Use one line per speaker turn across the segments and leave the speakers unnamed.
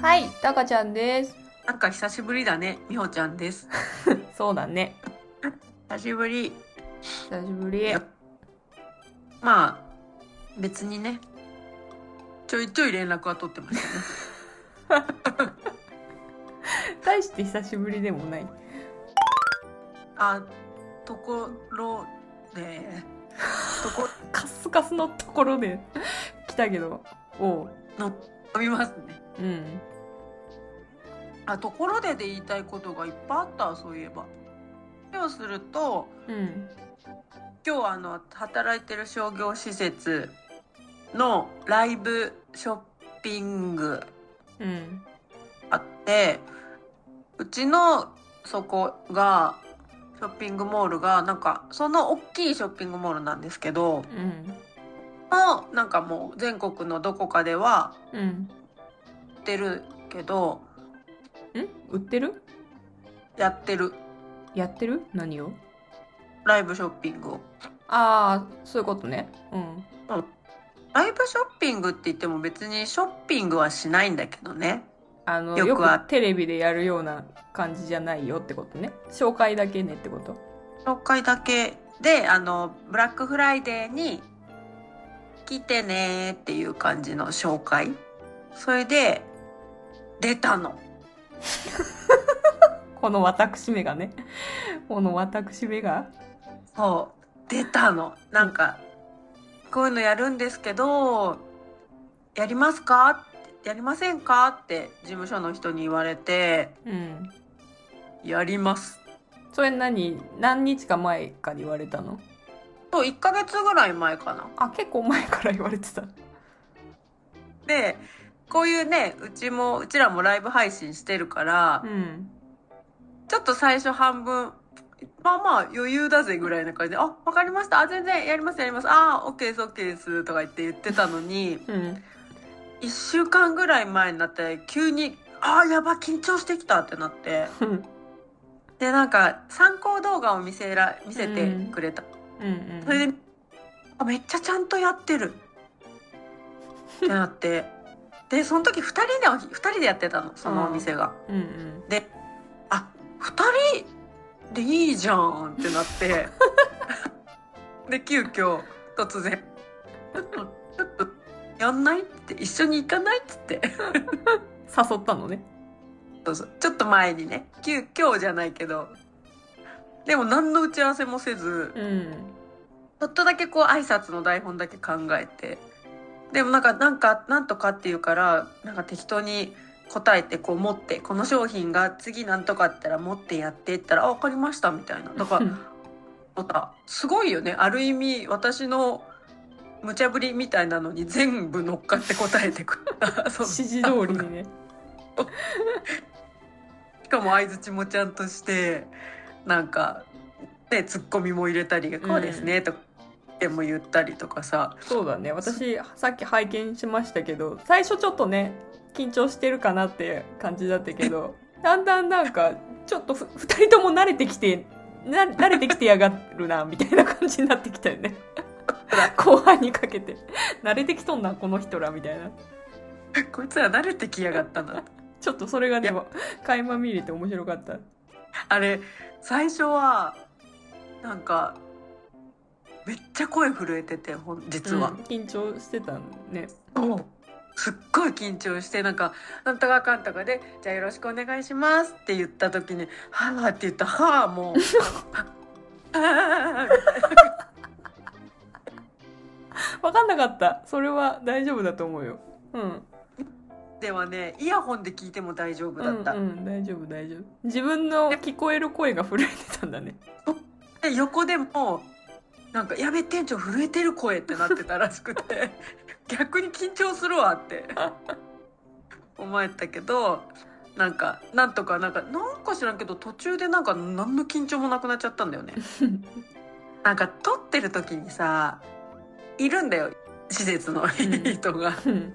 はい、たかちゃんです。
なんか久しぶりだね、みほちゃんです。
そうだね。
久しぶり。
久しぶり。
まあ、別にね、ちょいちょい連絡は取ってましたね。
大して久しぶりでもない。
あ、ところで、とこ
カッスカスのところで 来たけど。おう。
の、飲みますね。
うん。
あ、ところでで言いたいことがいっぱいあった、そういえば。をすると、
うん。
今日あの、働いてる商業施設のライブショッピング
うん。
あってうちのそこがショッピングモールがなんかその大きいショッピングモールなんですけど
うん。
もうなんかもう全国のどこかでは
うん。
売ってるけど
ん売ってる
やってる
やってる何を
ライブショッピングを。
ああ、そういうことね。うん。
ライブショッピングって言っても別にショッピングはしないんだけどね。
あの、よ
よ
く
くあ
テレビでやるような感じじゃないよってことね。紹介だけねってこと。
紹介だけで、あの、ブラックフライデーに来てねーっていう感じの紹介。それで、出たの。
この私めがね。この私めが。
そう出たのなんか、こういうのやるんですけどやりますかやりませんかって事務所の人に言われて
うん。
やります
それ何何日か前かに言われたの
と1ヶ月ぐらい前かな
あ結構前から言われてた
でこういうねうちもうちらもライブ配信してるから、
うん
ちょっと最初半分まあまあ余裕だぜぐらいな感じで「あわかりましたあ全然やりますやりますあオッケーですオッケーです」とか言って言ってたのに。
うん
1週間ぐらい前になって急に「あーやば緊張してきた」ってなって
うん
でなんか参考動画を見せら見せてくれた、
うん
それであ「めっちゃちゃんとやってる」ってなってでその時2人では二人でやってたのそのお店が。
うんうん
で「あ二2人でいいじゃん」ってなって で急遽突然 「ちょっとちょっとやんない?」って「一緒に行かない?」っつって。
誘ったのね
そうそうちょっと前にね急遽じゃないけどでも何の打ち合わせもせず
うん
ちょっとだけこう挨拶の台本だけ考えてでもなんかなんかなんとかっていうからなんか適当に答えてこう持ってこの商品が次なんとかあったら持ってやっていったら「あ分かりました」みたいなだか
う
ら
ん
またすごいよねある意味私の無茶ぶりみたいなのに全部乗っかって答えてく れた指
指示通りにね
しかも相づちもちゃんとしてなんか、ね、ツッコミも入れたり「こうですね」とかでも言ったりとかさ
そうだね私さっき拝見しましたけど最初ちょっとね緊張してるかなって感じだったけどだんだんなんかちょっとふ2人とも慣れてきてな慣れてきてやがるなみたいな感じになってきた よね後半にかけて慣れてきとんなこの人らみたいな
「こいつら慣れてきやがったな」
ちょっとそれが
い
ね
や
垣間見れて面白かった
あれ最初はなんかめっちゃ声震えててほん実は
うん、緊張してたね
そうすっごい緊張してなんか「なんとかかんとかでじゃあよろしくお願いします」って言った時に「はあ」って言った「はあ」もう「 ああ」
分かんなかったそれは大丈夫だと思うようん
ではねイヤホンで聞いても大丈夫だった。
うん、うん、大丈夫大丈夫自分の聞こえる声が震えてたんだ ね
で横でもなんか「やべ店長震えてる声」ってなってたらしくて 逆に緊張するわって思えたけどなんかなんとかなんかなんか知らんけど途中でなんか何の緊張もなくなっちゃったんだよね。なんか撮ってる時にさいるんだよ施設の人が。
うん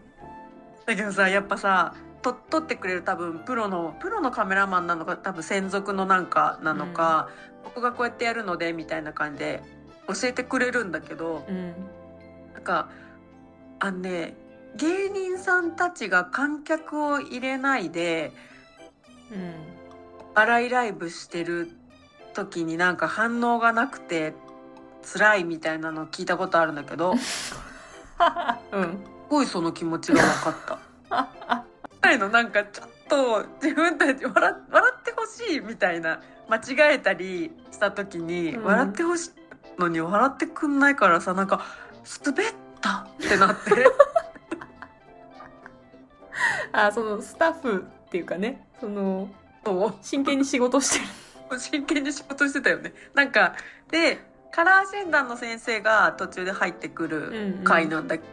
だけどさやっぱさと撮ってくれる多分プロのプロのカメラマンなのか多分専属のなんかなのか、僕がこうやってやるのでみたいな感じで教えてくれるんだけど
うん
なんかあのね芸人さんたちが観客を入れないで
うん
笑いライブしてる時になんか反応がなくて辛いみたいなの聞いたことあるんだけどす
うん
ごいその気持ちが分かった。彼のなんかちょっと自分たち笑笑ってほしいみたいな間違えたりした時に、
うん
笑ってほしいのに笑ってくんないからさなんか「滑った!」ってなって
あそのスタッフっていうかねその
そ
真剣に仕事してる
う真剣に仕事してたよね。なんかでカラー診断の先生が途中で入ってく
うんう
る
ん
回なんだけど、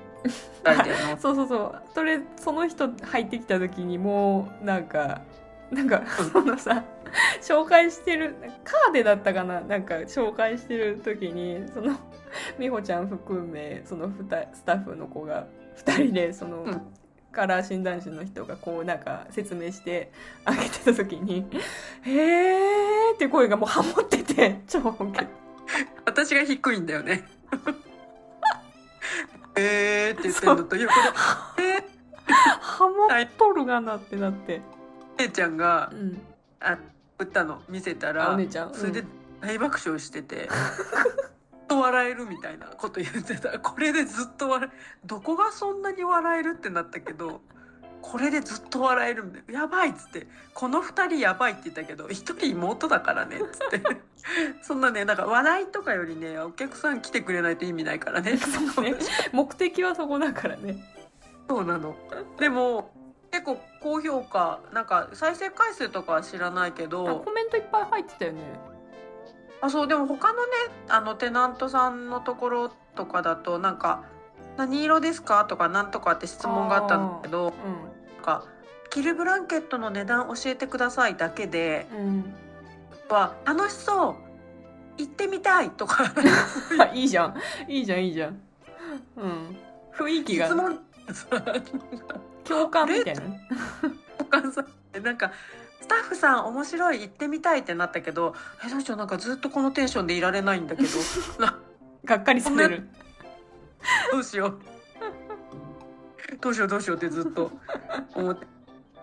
そうそうそうそれその人入ってきた時にもうなんかなんか
うん
そのさ紹介してるカーデだったかななんか紹介してる時にその美穂ちゃん含めそのふたスタッフの子が2人でその、
うん
カラー診断士の人がこうなんか説明してあげてた時に「へー」って声がもうハモってて超ウケ
私が低いんだよ ね。えーって言ってんのと横で「えーって
ハモっとるがなってなって、
姉ちゃんが
う。ん、
あ売ったの見せた
あ
ら
お姉ちゃん、
それ
う
で
ん
大爆笑してて ずっと笑えるみたいなこと言ってたこれでずっと笑えどこがそんなに笑えるってなったけどこれでずっと笑えるみたいなやばいっつってこの2人やばいって言ったけど1人妹だからねっつって そんなねなんか笑いとかよりねお客さん来てくれないと意味ないからね
そうね目的はそこだからね
そうなの。でも結構高評価なんか再生回数とかは知らないけ
あ
ど
コメントいっぱい入ってたよね
あそうでも他のねあのテナントさんのところとかだとなんか「何色ですか?」とか「なんとか」って質問があったんだけどなんか「着るブランケットの値段教えてください」だけで
うん、うん
は「楽しそう行ってみたい」とか
あ、 いいじゃんいいじゃんいいじゃんうん雰囲気
質
が
問
共感みたいなね
お母さんってなんかスタッフさん面白い行ってみたいってなったけど「えどうしようなんかずっとこのテンションでいられないんだけどな
がっかりされる
どうしよう。どうしようどうしようってずっと思って。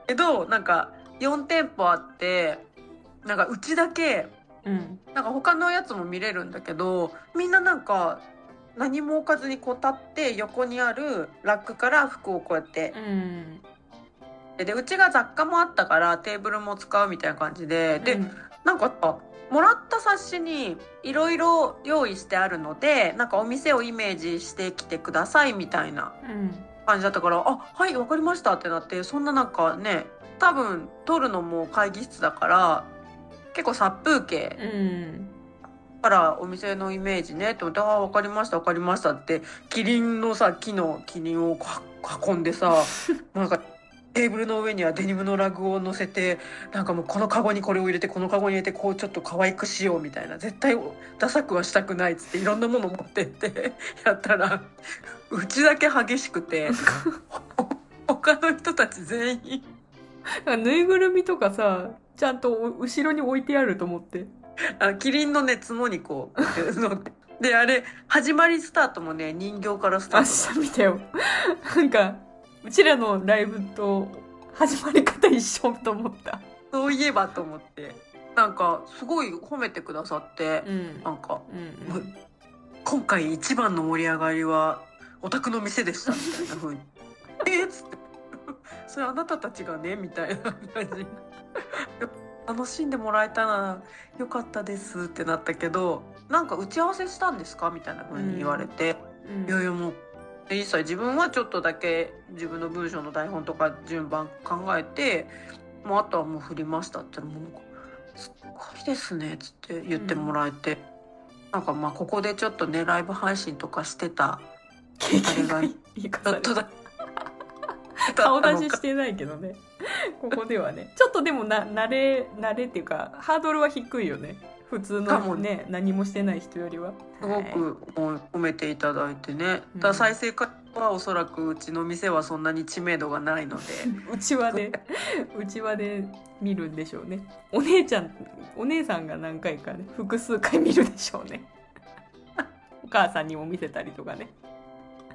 けどなんか4店舗あってなんかうちだけ
うん
なんか他のやつも見れるんだけどみんななんか何も置かずにこう立って横にあるラックから服をこうやって
うん
ででうちが雑貨もあったからテーブルも使うみたいな感じでで、
うん
なんかあもらった冊子にいろいろ用意してあるのでなんかお店をイメージしてきてくださいみたいな
うん
感じだったから「あはいわかりました」ってなってそんななんかね多分撮るのも会議室だから結構殺風景
うん
からお店のイメージねって思って「あわかりましたわかりました」ってキリンのさ木のキリンをか囲んでさなんか。テーブルの上にはデニムのラグを乗せてなんかもうこのカゴにこれを入れてこのカゴに入れてこうちょっと可愛くしようみたいな絶対ダサくはしたくないっつっていろんなもの持ってって やったらうちだけ激しくて他の人たち全員
なんかぬいぐるみとかさちゃんとお後ろに置いてあると思って
あのキリンのね角にこう乗ってであれ始まりスタートもね人形からスタ
明
ート
日見たよ なんかうちらのライブと始まり方一緒と思った
だそういえばと思ってなんかすごい褒めてくださって、
うん
なんか
うんうん
今回一番の盛り上がりはお宅の店でしたみたいな風に えっつって それあなたたちがねみたいな感じ 楽しんでもらえたらよかったですってなったけどなんか打ち合わせしたんですかみたいな風に言われて、
うん
いやいやもう一切自分はちょっとだけ自分の文章の台本とか順番考えてもうあとはもう振りましたってもうすごいですねっつって言ってもらえて、なんかまあここでちょっとねライブ配信とかしてた
経
あれ
験が
が
言い
ちょ
方
っとだ
顔出ししてないけどね ここではねちょっとでもな慣れ慣れっていうかハードルは低いよね普通
か
の
も
ね何もしてない人よりは
すご
はい
く褒めていただいてね、
うん
だから再生回数はおそらくうちの店はそんなに知名度がないので
うちわでうちわで見るんでしょうねお姉ちゃんお姉さんが何回かね複数回見るでしょうね お母さんにも見せたりとかね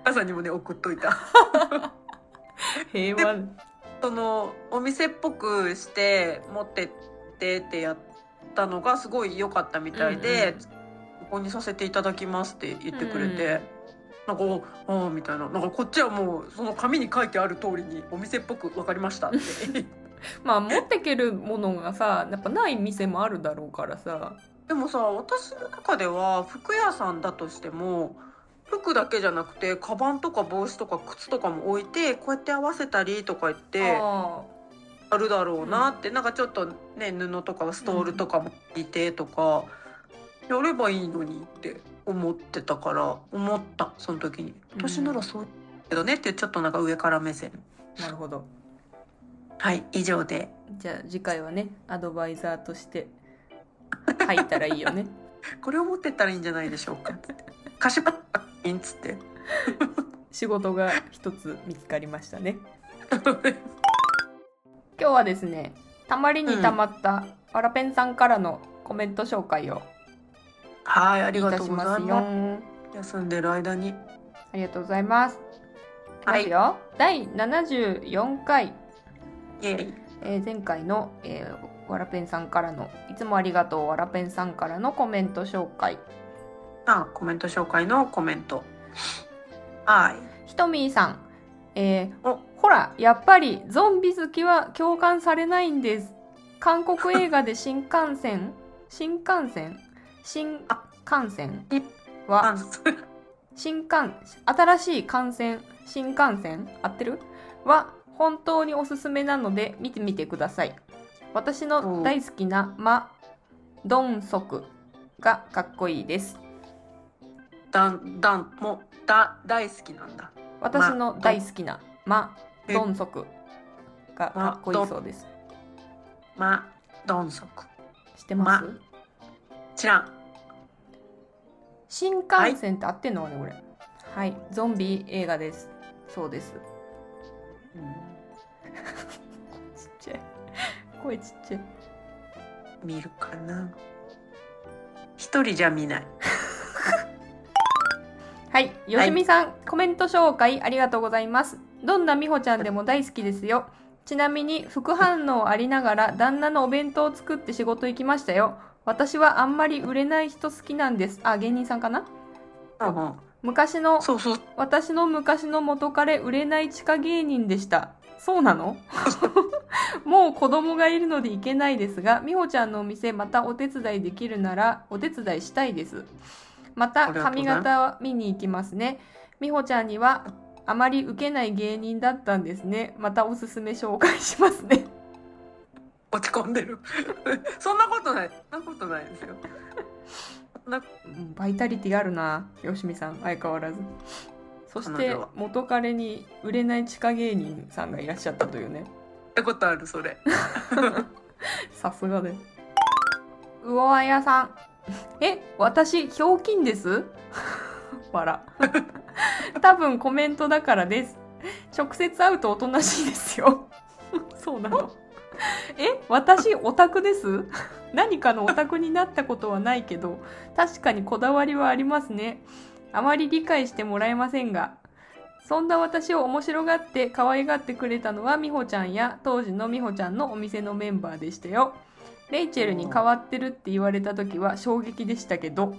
朝にもね送っといた
平和
そのお店っぽくして持ってってってやったのがすごい良かったみたいで、ここにさせていただきますって言ってくれて、なんかお「ああ」みたいななんかこっちはもうその紙に書いてある通りにお店っぽく「分かりました」って
まあ持ってけるものがさやっぱない店もあるだろうからさ
でもさ私の中では服屋さんだとしても服だけじゃなくてカバンとか帽子とか靴とかも置いてこうやって合わせたりとか言って。
あ
あるだろうなって、なんかちょっとね布とかストールとかもいてとか、やればいいのにって思ってたから思ったその時に
うん
私ならそうけどねってちょっとなんか上から目線
ーなるほど
はい以上で
じゃあ次回はねアドバイザーとして入ったらいいよ ね
これを持ってったらいいんじゃないでしょう かつって「貸しばっかりん」っつって
仕事が一つ見つかりました ね今日はですねたまりにたまったわらペンさんからのコメント紹介を
はいあ
い
りが
た
とう
し
ご
ま
ざい
すよ
ます休んでる間に
ありがとうございますいき
は
ま
い
すよ、第74回
イエイ
えー前回の、えーわらペンさんからのいつもありがとうわらペンさんからのコメント紹介
あコメント紹介のコメントはい
ひとみーさん、えー
お
ほらやっぱりゾンビ好きは共感されないんです韓国映画で新幹 線新幹線新幹線
あ
は
の
新幹新しい幹線新幹線合ってるは本当におすすめなので見てみてください私の大好きなマ・ドンソクがかっこいいです
だんだんもだ大好きなんだ
私の大好きなマ・ドンソクがかっこいいそうです
まどんそく
知ってます、
ま知らん
新幹線って合ってんのかねこれはいゾンビ映画ですそうですちっちゃい 声ちっちゃい
見るかな一人じゃ見ない
はい、よしみさん、コメント紹介ありがとうございます。どんなみほちゃんでも大好きですよ。ちなみに副反応ありながら旦那のお弁当を作って仕事行きましたよ。私はあんまり売れない人好きなんです。あ、芸人さんかな
うん
昔の、
そうそう
私の昔の元彼売れない地下芸人でした。そうなの もう子供がいるので行けないですが、みほちゃんのお店またお手伝いできるならお手伝いしたいです。ま
あ
た
りがとうござ
髪
います
型は見に行きますね。みほちゃんにはあまり受けない芸人だったんですね。またおすすめ紹介しますね。
落ち込んでる そんなことないそんなことないですよ
うんバイタリティあるな、よしみさん、相変わらず。そし
彼
て
女は
元彼に売れない地下芸人さんがいらっしゃったというね。
ってことあるそれ
さすがで。うおあやさん。え、私、ひょうきんです 笑。 多分コメントだからです。直接会うとおとなしいですよ。 そうなの。え、私、オタクです 何かのオタクになったことはないけど、確かにこだわりはありますね。あまり理解してもらえませんが。そんな私を面白がって可愛がってくれたのは美穂ちゃんや当時の美穂ちゃんのお店のメンバーでしたよ。レイチェルに変わってるって言われた時は衝撃でしたけど。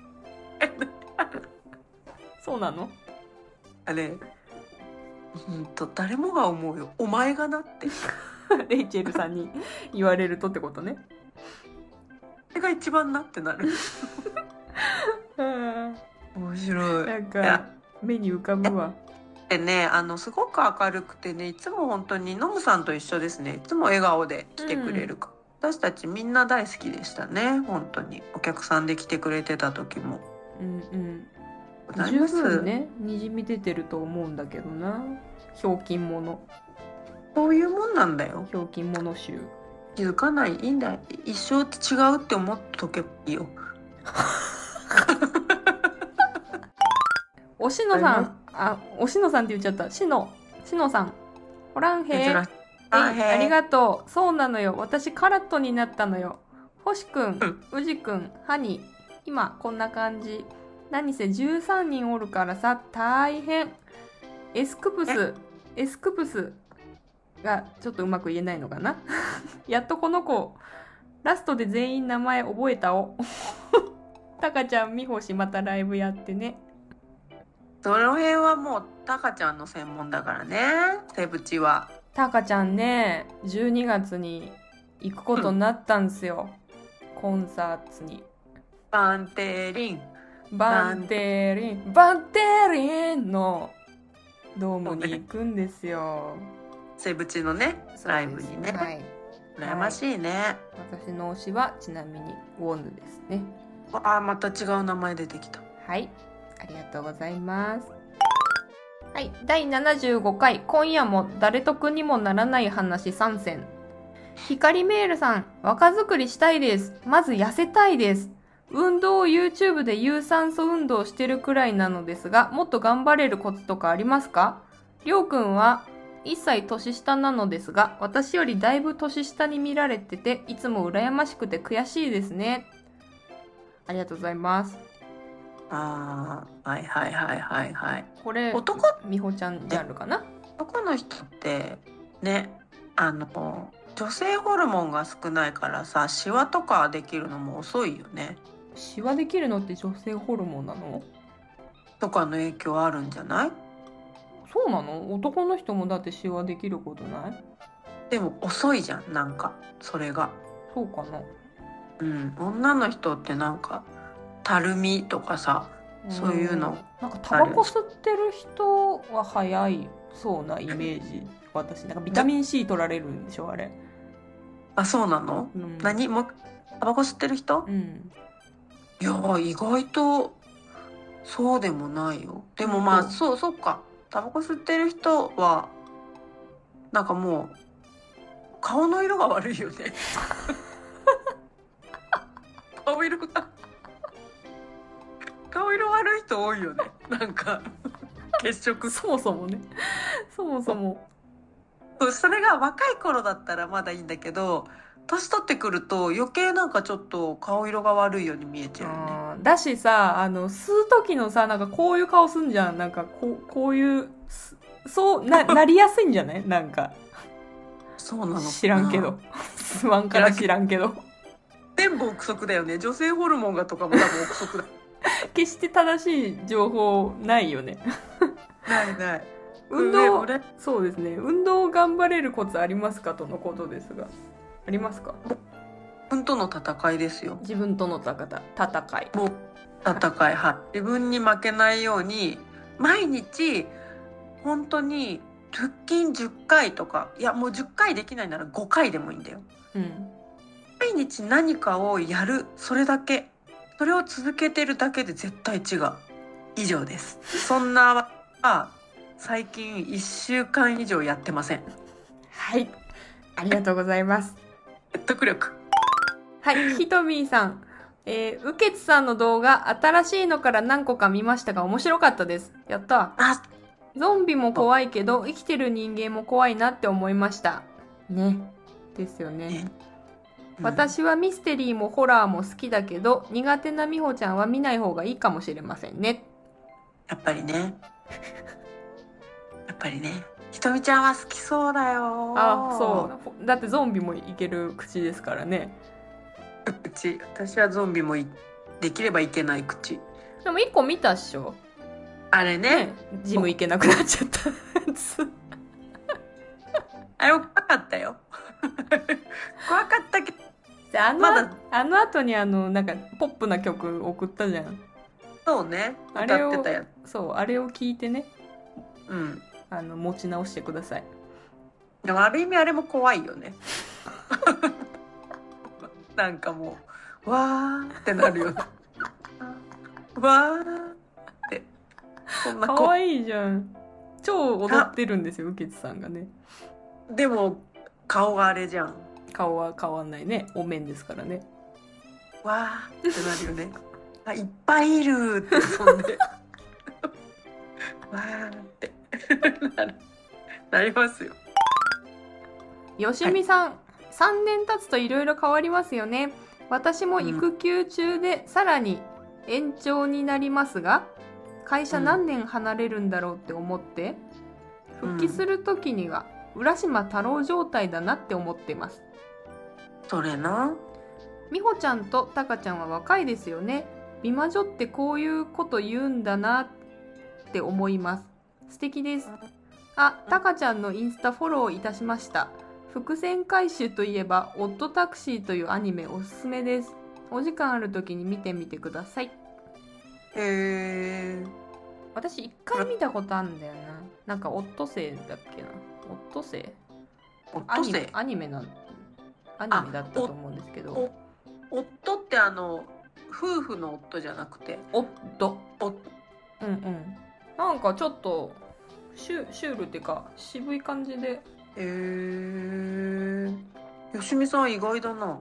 そうなの
あれうんと誰もが思うよお前がなって
レイチェルさんに言われるとってことね。
それが一番なってなる
うん
面白
なん
いや
か目に浮かぶわ。
でねあのすごく明るくてねいつも本当にノムさんと一緒ですねいつも笑顔で来てくれるか、私たちみんな大好きでしたね本当にお客さんで来てくれてた時も
うんうん。
ござい
十
ます、
分ね、にじみ出てると思うんだけどな。ひょうきん者、
こういうもんなんだよ
ひょうきん者集。
気づかないいいんだ一生違うって思っとけばいいよ
おしのさ
ありま
ん、あ、おしのさんって言っちゃった。しの、しのさん。ホラン
珍し
ヘイ
い。
あ
へー
ありがとう。そうなのよ。私、カラットになったのよ。星くん
うん、
うじくん、ハニー。今、こんな感じ。何せ13人おるからさ、大変。エスクプス、エスクプスがちょっとうまく言えないの かなやっとこの子ラストで全員名前覚えたを タカちゃん美穂しまたライブやってね
その辺はもうタカちゃんの専門だからねセブチは
タカちゃんね12月に行くことになったんすよ、コンサートに
バンテリン
バンテリンバンテリンのドームに行くんですよ
セブチのねライブにね、
はい
羨ましいね、
私の推しはちなみにウォンヌですね
わあまた違う名前出てきた
はい、ありがとうございます。はい、第75回、今夜も誰得にもならない話参戦。光メールさん、若作りしたいです。まず痩せたいです。運動を YouTube で有酸素運動してるくらいなのですが、もっと頑張れるコツとかありますかりょうくんは1歳年下なのですが、私よりだいぶ年下に見られてて、いつも羨ましくて悔しいですね。ありがとうございます。
あーはいはいはいはいはい
これ
男
美穂ちゃんジャンルかな
男の人ってねあの女性ホルモンが少ないからさシワとかできるのも遅いよね
シワできるのって女性ホルモンなの
とかの影響あるんじゃない
そうなの男の人もだってシワできることない
でも遅いじゃんなんかそれが
そうかな
うん女の人ってなんかたるみとかさそういうの
んなんかタバコ吸ってる人は早いそうなイメージ私なんかビタミン C 取られるんでしょあれ、
あそうなの
うん、
何もうタバコ吸ってる人
うん
いやー意外とそうでもないよでもまあ、
うん
そうそっかタバコ吸ってる人はなんかもう顔の色が悪いよね 顔色が顔色悪い人多いよねなんか血色
そもそもね そもそも
そうそれが若い頃だったらまだいいんだけど年取ってくると余計なんかちょっと顔色が悪いように見えちゃうよね
あーだしさあの吸う時のさなんかこういう顔すんじゃんなんかこうこういうすそう ななりやすいんじゃないなんか
そうなのかな
知らんけど吸わんから知らんけど
全部憶測だよね女性ホルモンがとかも多分憶測
決して正しい情報ないよね
だ ないない
運動
俺
そうですね運動を頑張れるコツありますかとのことですがありますか
運との戦いですよ
自分との戦戦い
もう戦いはい自分に負けないように毎日本当に腹筋10回とかいやもう10回できないなら5回でもいいんだよ
うん
毎日何かをやるそれだけそれを続けてるだけで絶対違う以上ですそんなあ最近1週間以上やってません
はいありがとうございます
説得力
はい、ひとみーさん。えー、うけつさんの動画、新しいのから何個か見ましたが面白かったです。やったわ
あ
ゾンビも怖いけど、生きてる人間も怖いなって思いました。ね。ですよね。
ね
私はミステリーもホラーも好きだけど、苦手なみほちゃんは見ない方がいいかもしれませんね。
やっぱりね。やっぱりね。ひとみちゃんは好きそうだよ。
あ、そう。だってゾンビもいける口ですからね。
う。口。私はゾンビもいできればいけない口。
でも一個見たっしょ。
あれね。
ね。ジム行けなくなっちゃったやつ。
あれ怖かったよ。 怖かったけど、
で あの、
まだ
あの後にあのなんかポップな曲送ったじゃん
そうね。
あれ
歌
を
ってたやつ。
そうあれを聞いてね
うん。
あの持ち直してください
でもある意味あれも怖いよね。 なんかもう、わーってなるよね。わーって。そんな
可
怖い。
愛いじゃん超踊ってるんですよウケツさんがね
でも、顔があれじゃん。
顔は変わんないねお面ですからね
わーってなるよね。 あ、いっぱいいるってそんで。 わーって なるなりますよ。
よしみさん、3年経つといろいろ変わりますよね私も育休中でさらに延長になりますが会社何年離れるんだろうって思って、復帰する時には浦島太郎状態だなって思ってます
それな
美穂ちゃんとタカちゃんは若いですよね美魔女ってこういうこと言うんだなって思います素敵ですあタカちゃんのインスタフォローいたしました伏線回収といえば「オットタクシー」というアニメおすすめですお時間ある時に見てみてください
へえ
私一回見たことあるんだよななんかオットセイだっけなオットセイ
オッ
ア
ト
ニ
セイ
メアニメなアニメだったと思うんですけど
お夫ってあの夫婦の夫じゃなくて
おっと
お
うんうんなんかちょっとシュシュールっていうか渋い感じで
へえよしみさん意外だな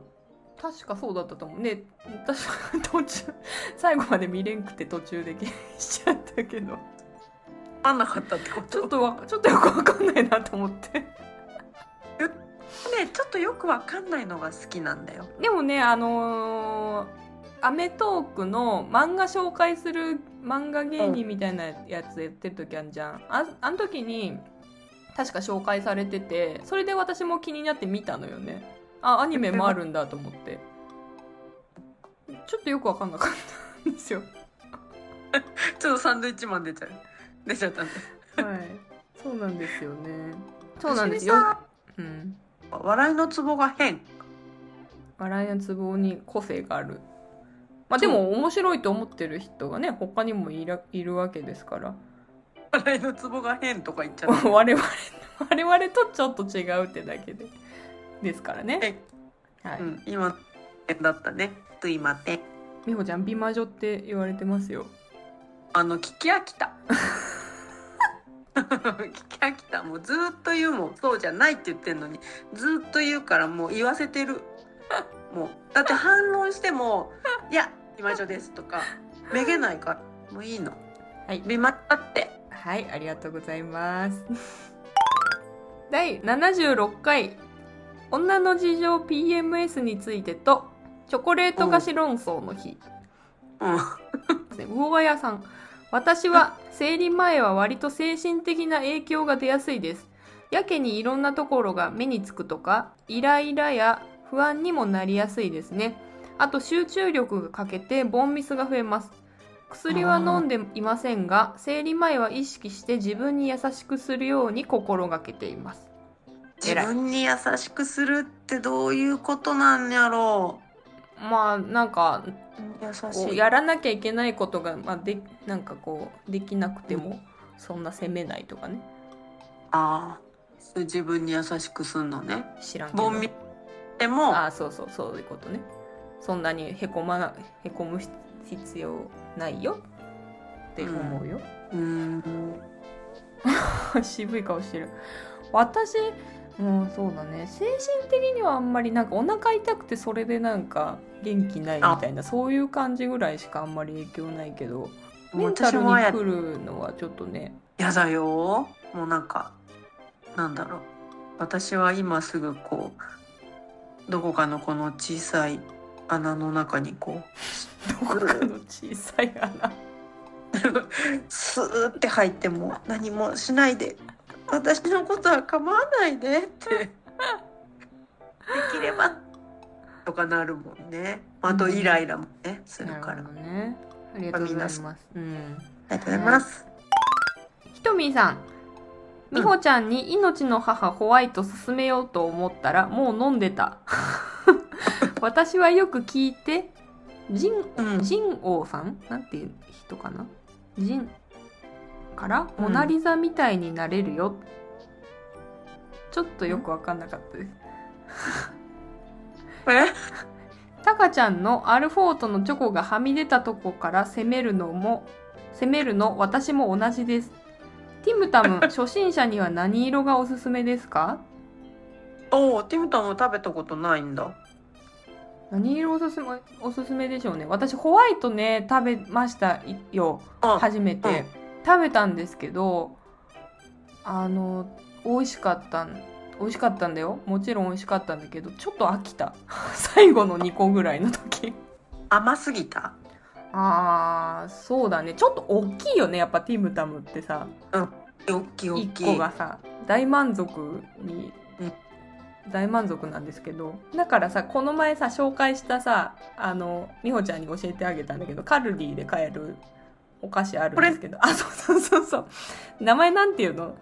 確かそうだったと思うね私は途中最後まで見れんくて途中で消しちゃったけど
分かんなかったってこと
ちょっとわちょっとよくわかんないなと思って
ねちょっとよくわかんないのが好きなんだよ
でもねあのーアメトーークの漫画紹介する漫画芸人みたいなやつやってる時あるじゃんああの時に確か紹介されててそれで私も気になって見たのよねあアニメもあるんだと思ってちょっとよくわかんなかったんですよ
ちょっとサンドイッチマン出ちゃう出ちゃったんで
はいそうなんですよねそうなんです
よ
よ
し
う
み、さ
ん、
ん笑いのツボが変
笑いのツボに個性があるまあでも面白いと思ってる人がね他にもいらいるわけですから
笑いのツボが変とか言っち ゃった
我々我々とちょっと違うってだけでですからね。はい
うん、今だったね。すいません。
美穂ちゃん美魔女って言われてますよ。
あの聞き飽きた。 聞き飽きた。もうずーっと言うもん。そうじゃないって言ってんのに、ずーっと言うからもう言わせてる。 もうだって反論してもいや今女ですとかめげないからもういいの。
はい
美魔だって。
はい、ありがとうございます。 第76回女の事情 PMS についてとチョコレート菓子論争の日。
うん。
ですね魚ヶ谷さん私は生理前は割と精神的な影響が出やすいですやけにいろんなところが目につくとかイライラや不安にもなりやすいですねあと集中力が欠けてボンミスが増えます薬は飲んでいませんが生理前は意識して自分に優しくするように心がけています
自
偉い
分に優しくするってどういうことなんやろ
まあなんか
う。優
こ
し
う
い。
やらなきゃいけないことが、まあ、でなんかこうできなくてもそんな責めないとかね
ああ、自分に優しくすんのね。
知らんけど
ボンミでも
あーそうそうそういうことねそんなにへこまへこむ必要ないよって思うよ、
うーん
渋い顔してる私うんそうだね精神的にはあんまりなんかお腹痛くてそれでなんか元気ないみたいなそういう感じぐらいしかあんまり影響ないけどメンタ
私
ルに
もや
来るのはちょっとね
やだよもうなんかなんだろう私は今すぐこうどこかのこの小さい穴の中にこ
どこかの小さい穴
うスーって入っても何もしないで私のことは構わないでってできればとかなるもんねあとイライラもねするか
な
ら、
る
あ
ほどねありがとうございますうん
りがとうございます、
ひとみーさん
うん
みほちゃんに「命の母ホワイト」勧めようと思ったらもう飲んでた 私はよく聞いてジン
うん
ジン王さんなんていう人かなジンから「
うん
モナ・リザみたいになれるよ」ちょっとよく分かんなかった です
え
タカちゃんのアルフォートのチョコがはみ出たとこから攻めるのも攻めるの私も同じですティムタム初心者には何色がおすすめですか
おおティムタム食べたことないんだ
何色おすすめおすすめでしょうね私ホワイトね食べましたよ
うん
初め
う
て
ん
食べたんですけどあの美味しかったん美味しかったんだよもちろん美味しかったんだけどちょっと飽きた 最後の2個ぐらいの時
甘すぎた
あーそうだねちょっと大きいよねやっぱティムタムってさ
うん大きい大
1
きい。
個がさ大満足に
うん
大満足なんですけどだからさこの前さ紹介したさあの美穂ちゃんに教えてあげたんだけどカルディで買えるお菓子あるんですけどあそうそうそうそう名前なんていうの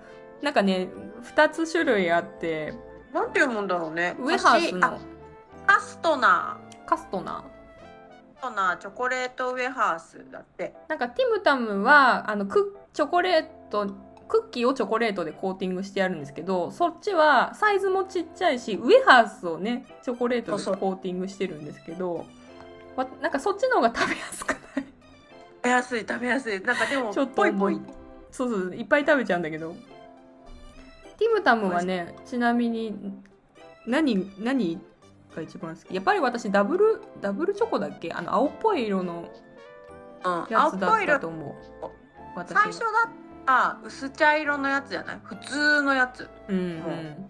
なんかね2つ種類あって
なんて読むんだろうね。
ウェハース
カシ
の
あカストナー。
カストナー
カストナーチョコレートウェハースだって。
なんかティムタムはあのクッチョコレートクッキーをチョコレートでコーティングしてあるんですけどそっちはサイズもちっちゃいしウェハースをねチョコレートでコーティングしてるんですけどわなんかそっちの方が食べやすくない
食べやすい食べやすい。なんかでも
ちょっと
ぽいぽい。
そうそういっぱい食べちゃうんだけどティムタムはねちなみに何何が一番好きやっぱり私ダブルダブルチョコだっけあの青っぽい色の
うん。
や
青
つ
っ
だ
ぽ
っ
い
た
色。
と思う私
最
は
初だった薄茶色のやつじゃない。普通のやつ。
うんうん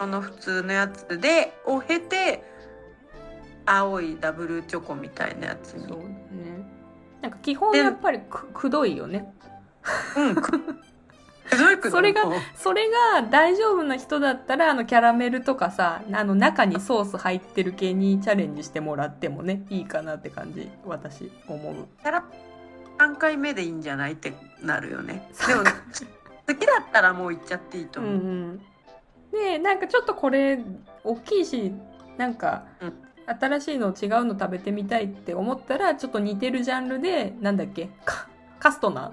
あの普通のやつでを経て青いダブルチョコみたいなやつに
そうね。なんか基本
で
やっぱりくくどいよね。
うんくくどいくどい
それが
うん
それが大丈夫な人だったらあのキャラメルとかさあの中にソース入ってる系にチャレンジしてもらってもねいいかなって感じ私思う。
たら3回目でいいんじゃないってなるよねでも
三
好きだったらもう行っちゃっていいと
うん
思
う
う、
ん、でなんかちょっとこれ大きいしなんか
うん。
新しいの違うの食べてみたいって思ったらちょっと似てるジャンルでなんだっけカカストナ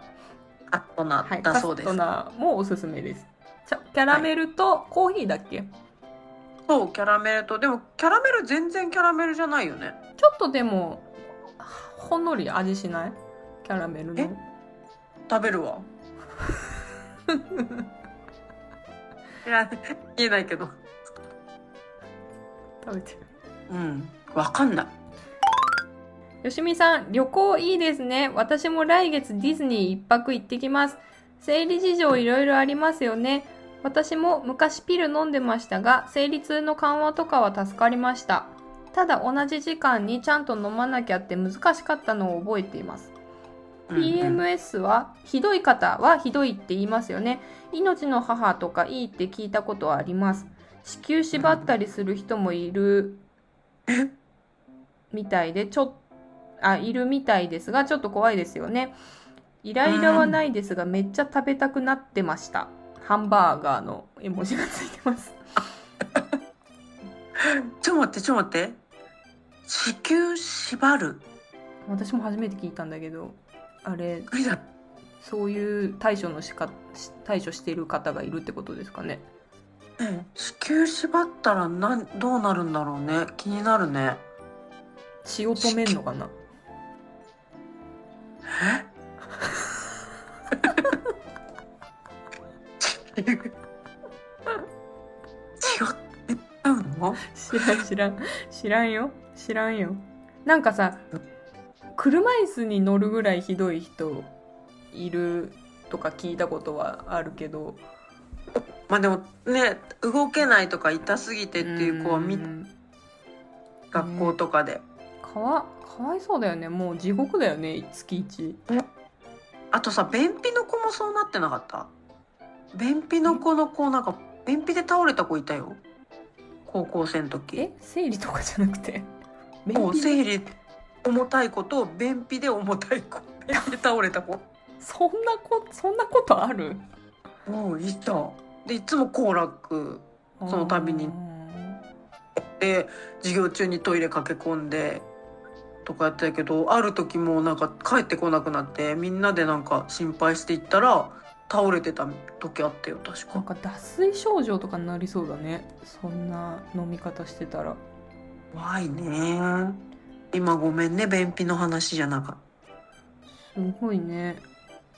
ー
カットナ
はい、
だ
カ
そう
ス
です、
トナーもおすすめですちゃキャラメルとコーヒーだっけ、
そうキャラメルとでもキャラメル全然キャラメルじゃないよね
ちょっとでもほんのり味しないキャラメルの
え食べ るわいや言えないけど
食べてる
うんわかんない
よしみさん旅行いいですね私も来月ディズニー一泊行ってきます生理事情いろいろありますよね私も昔ピル飲んでましたが生理痛の緩和とかは助かりましたただ同じ時間にちゃんと飲まなきゃって難しかったのを覚えています
うんうん
PMS はひどい方はひどいって言いますよね命の母とかいいって聞いたことはあります子宮縛ったりする人もいるみたいでちょあいるみたいですがちょっと怖いですよねイライラはないですがめっちゃ食べたくなってましたハンバーガーの絵文字がついてます
ちょっと待ってちょっと待って子宮縛る
私も初めて聞いたんだけどあれ
無理だ
そういう対処のしかし対処している方がいるってことですかね
子宮縛ったらなんどうなるんだろうね気になるね
血を止めんのかな
え違うえ合うの
知らん知らん知らんよ知らんよなんかさ車椅子に乗るぐらいひどい人いるとか聞いたことはあるけど
まあでもね動けないとか痛すぎてっていう子は見
うん
学校とかで
かわかわいそうだよねもう地獄だよね月一
あとさ便秘の子もそうなってなかった便秘の子の子なんか便秘で倒れた子いたよ高校生の時
え生理とかじゃなくて
も
便
う
秘
生理重たい子と便秘で重たい子便秘で倒れ た子
そんなこそんなことある
もういたでいつも行楽その度にで授業中にトイレ駆け込んでとかやってたけどある時もうなんか帰ってこなくなってみんなでなんか心配していったら倒れてた時あったよ確
なん
か
か脱水症状とかになりそうだねそんな飲み方してたら
怖いね今ごめんね便秘の話じゃなかっ
すごいね。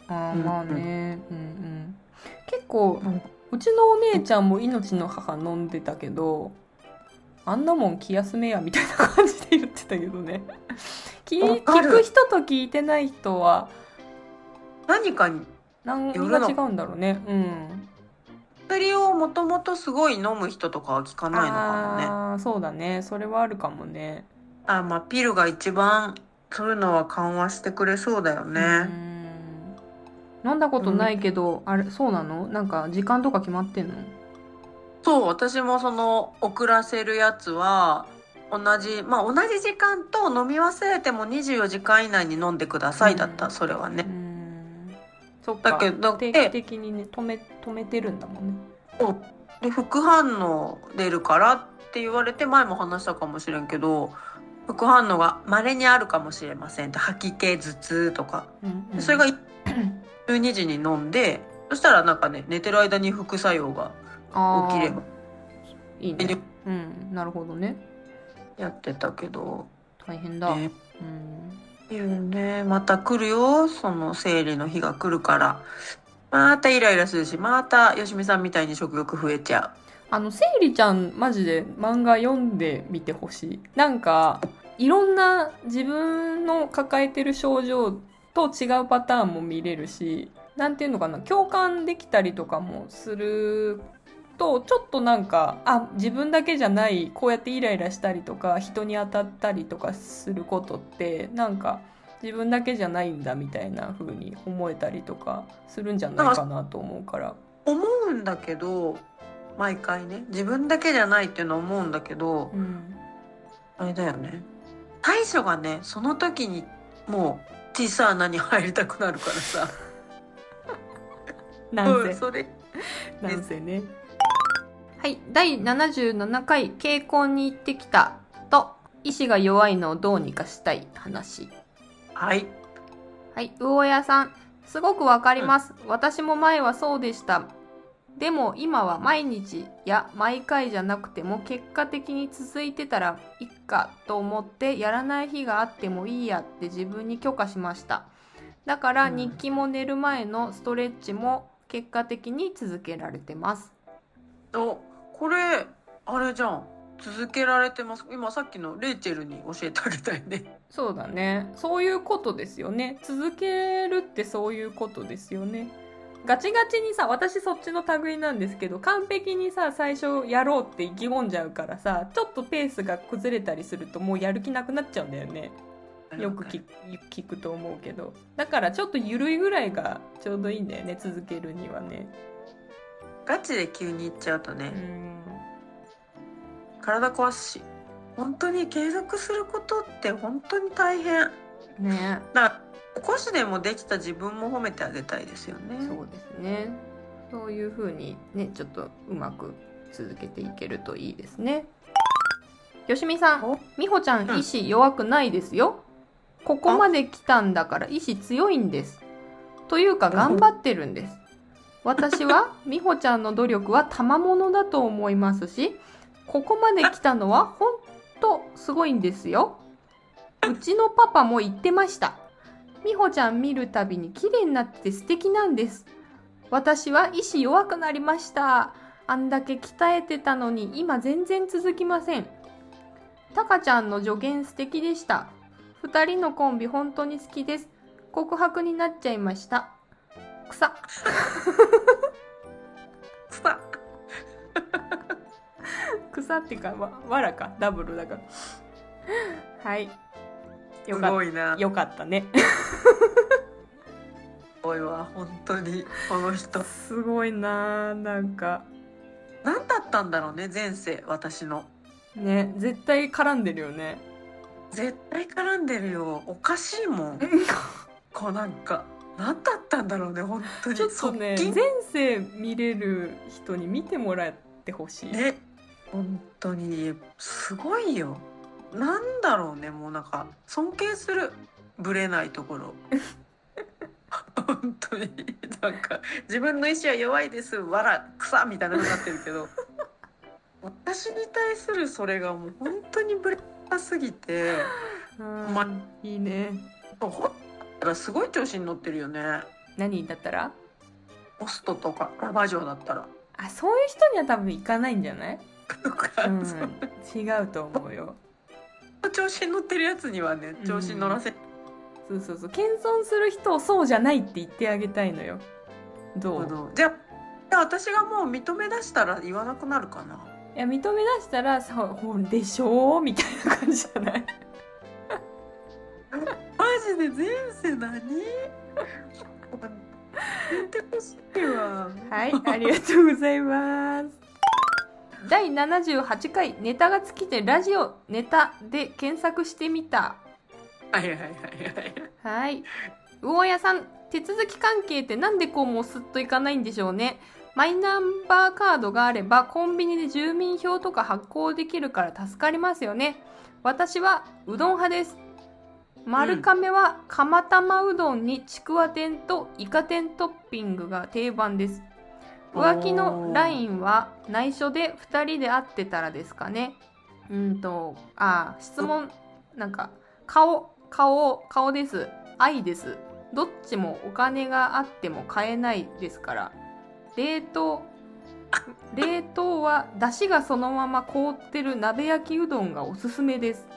ああ
うん
まあね、うんうん。結構
うん
うちのお姉ちゃんも命の母飲んでたけど、あんなもん気休めやみたいな感じで言ってたけどね。 聞
わ
い
か
聞
る
く人と聞いてない人は
た何かに
何
夜
が
の
違うんだろうね。うん。
薬をもともとすごい飲む人とかは効かないのかもね
ああそうだね。それはあるかもね。
あまあピルが一番そういうのは緩和してくれそうだよね、
うん。飲んだことないけど、あれそうなのなんか時間とか決まってんの
そう私もその遅らせるやつは同じまあ同じ時間と飲み忘れても24時間以内に飲んでくださいだった、
うん
それは
う
ね
ーんそっか
だけど
定期的にね止め止めてるんだもんね
そうで副反応出るからって言われて前も話したかもしれんけど副反応が稀にあるかもしれませんって吐き気頭痛とか、
うんうん
それが12時に飲んでそしたらなんかね寝てる間に副作用が
あー
起きれば
いいねうんなるほどね
やってたけど、
大変だ、
ね、
うん
いうねまた来るよその生理の日が来るからまたイライラするしまたよしみさんみたいに食欲増えちゃ
あの、せいりちゃん、マジで漫画読んでみてほしい。なんか、いろんな自分の抱えてる症状と違うパターンも見れるし、なんていうのかな、共感できたりとかもすると、ちょっとなんか、あ、自分だけじゃない、こうやってイライラしたりとか、人に当たったりとかすることって、なんか、自分だけじゃないんだみたいな風に思えたりとかするんじゃないかなと思うから。
う思うんだけど毎回ね自分だけじゃないっていうのは思うんだけど
うん。
あれだよね対処がねその時にもう小さな穴に入りたくなるからさ、
なん
う
せ
ん、。 それ
なんせね。はい、第77回「傾向に行ってきた」と「意志が弱いのをどうにかしたい話
はい」
はい魚屋さんすごくわかります、私も前はそうでしたでも今は毎日や毎回じゃなくても結果的に続いてたらいっかと思ってやらない日があってもいいやって自分に許可しましただから日記も寝る前のストレッチも結果的に続けられてます
おこれあれじゃん続けられてます今さっきのレイチェルに教えてあげたいね
そうだね。そういうことですよね。続けるってそういうことですよね。ガチガチにさ、私そっちの類なんですけど、完璧にさ、最初やろうって意気込んじゃうからさ、ちょっとペースが崩れたりするともうやる気なくなっちゃうんだよね。よく聞く聞くと思うけど。だからちょっと緩いぐらいがちょうどいいんだよね、続けるにはね。
ガチで急に行っちゃうと
う
ね
ん。
体壊すし本当に継続することって本当に大変
ね
だから少しでもできた自分も褒めてあげたいですよね
そうですね。そういうふうにね、ちょっとうまく続けていけるといいですね。よしみさん、
お
みほちゃん、
うん
意志弱くないですよ。ここまで来たんだから意志強いんです。というか頑張ってるんです。私はみほちゃんの努力は賜物だと思いますし、ここまで来たのは本当すごいんですよ。うちのパパも言ってました。みほちゃん見るたびに綺麗になってて素敵なんです。私は意志弱くなりました。あんだけ鍛えてたのに今全然続きません。たかちゃんの助言素敵でした。二人のコンビ本当に好きです。告白になっちゃいました。草。
さ
草ってか、わ、わらか。ダブルだから。 はい。
すごいな
よかったね。
すごいわ本当にこの人
すごいなぁ、なんか。
何だったんだろうね前世私の
ね、絶対絡んでるよね。
絶対絡んでるよおかしいもんこうなんか何だったんだろうね本当に
ちょっとね、前
側
世見れる人に見てもらってほしい。
近ね本当にすごいよなんだろうねもうなんか尊敬するぶれないところ 本当になんか自分の意志は弱いですわら草みたいなのになってるけど私に対するそれがもう本当にぶれなすぎて
うん
ま
いいね。
ほったらすごい調子に乗ってるよね
何だったら
ホストとかラバジョだったら。
あ、そういう人には多分行かないんじゃないうん
その、
違うと思うよ。
調子に乗ってるやつにはね
うん
調子に乗らせ、
そうそうそう。謙遜する人をそうじゃないって言ってあげたいのよ。ど
あ
う
のじゃあじゃあ私がもう認め出したら言わなくなるかない
や、認め出したら、そう、ほんでしょうみたいな感じじゃない
マジで前世何てほしいわ。
はい、 ありがとうございます。第78回ネタが尽きてラジオネタで検索してみた。
はいはいはいはい。
はい。魚屋さん、手続き関係ってなんでこうもうすっといかないんでしょうね。マイナンバーカードがあればコンビニで住民票とか発行できるから助かりますよね。私はうどん派です。丸亀は釜玉うどんにちくわ天とイカ天トッピングが定番です。浮気のライ
ン。
ンは内緒で2人で会ってたらですかねうんとあー質問なんか顔顔顔です愛ですどっちもお金があっても買えないですから冷凍冷凍は出汁がそのまま凍ってる鍋焼きうどんがおすすめです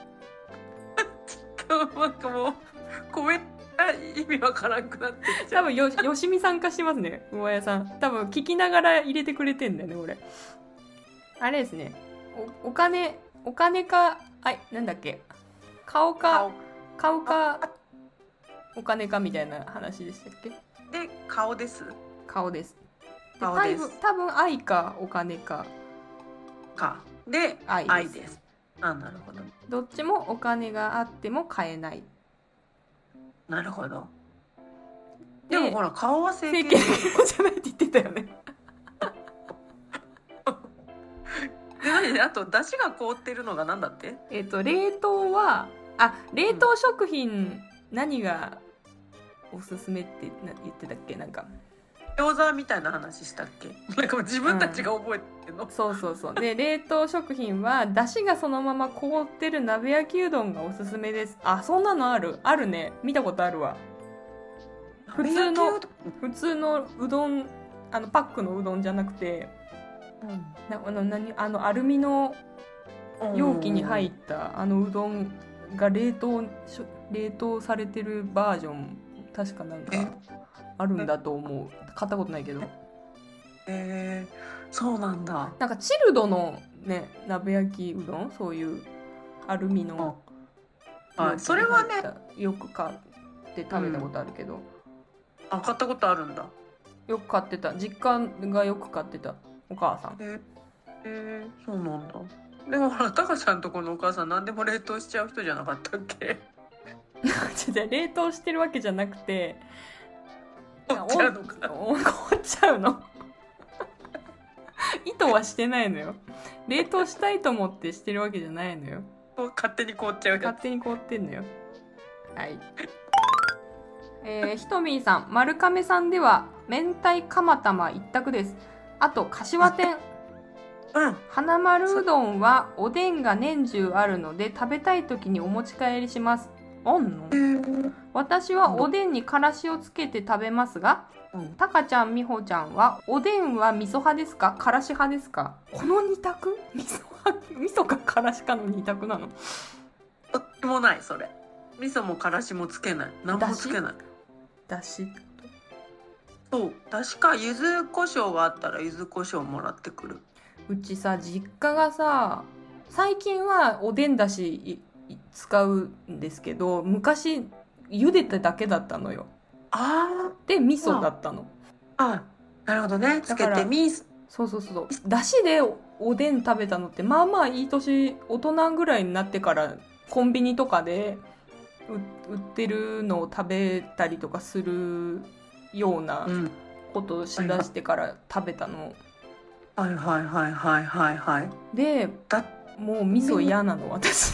なんかもう、米が意味わからんくなってきちゃ
多
う。
分よよしみさん化してますねうわやさん多分聞きながら入れてくれてんだよね俺あれですねおお金お金かあいなんだっけ顔か
顔
顔かお金かみたいな話でしたっけ
で、顔です。
顔ですで
顔です
多分多分愛かお金か
か。で、
愛です
愛です。あ、なるほど。
どっちもお金があっても買えない
なるほど。
で
でもほら、顔は整
整
形
形じゃないって言ってたよね
で何あと出汁が凍ってるのがなんだって
えっ、と冷凍はあ冷凍食品何がおすすめってな言ってたっけなんか
餃子みたいな話したっけなんかもう自分たちが覚えてんの、
そうそうそうで冷凍食品は出汁がそのまま凍ってる鍋焼きうどんがおすすめですあそんなのあるあるね見たことあるわ普通の
鍋焼き
普通のうどんあのパックのうどんじゃなくて
う
なあの何あのアルミの
どん
容器に入ったあのうどんが冷凍しょ冷凍されてるバージョン確かなんかあるんだと思う買ったことないけど
えー、そうなんだ
なんかチルドのね鍋焼きうどんそういうアルミの
はいそれはね
よく買って食べたことあるけど、
あ買ったことあるんだ
よく買ってた実家がよく買ってたお母さん
えーえーそうなんだでもほらタカちゃんとこのお母さん何でも冷凍しちゃう人じゃなかったっけ
じゃ冷凍してるわけじゃなくて
凍っちゃうのか
お凍っちゃうの意図はしてないのよ冷凍したいと思ってしてるわけじゃないのよ
もう勝手に凍っちゃうや
勝手に凍ってんのよはいえー、ひとみーさん丸亀さんでは明太釜玉一択ですあと柏店
つうん
花丸うどんはおでんが年中あるので食べたい時にお持ち帰りしますあんの私はおでんにからしをつけて食べますが
うん
たかちゃんみほちゃんはおでんは味噌派ですかからし派ですかこの二択味噌派味噌かからしかの二択なの
とってもないそれ味噌もからしもつけない何もつけない
だし
そう確か柚子胡椒があったら柚子胡椒もらってくる
うちさ実家がさ最近はおでんだしいい使うんですけど昔茹でただけだったのよ
あ
で味噌だったの
ああなるほどねつけ
だから
てミス
そうそうそうそうだしでおおでん食べたのってまあまあいい年大人ぐらいになってからコンビニとかでう売ってるのを食べたりとかするような
うん
ことをしだしてから食べたの
はいはいはいはいはいはい
で
だ
もう味噌嫌なの私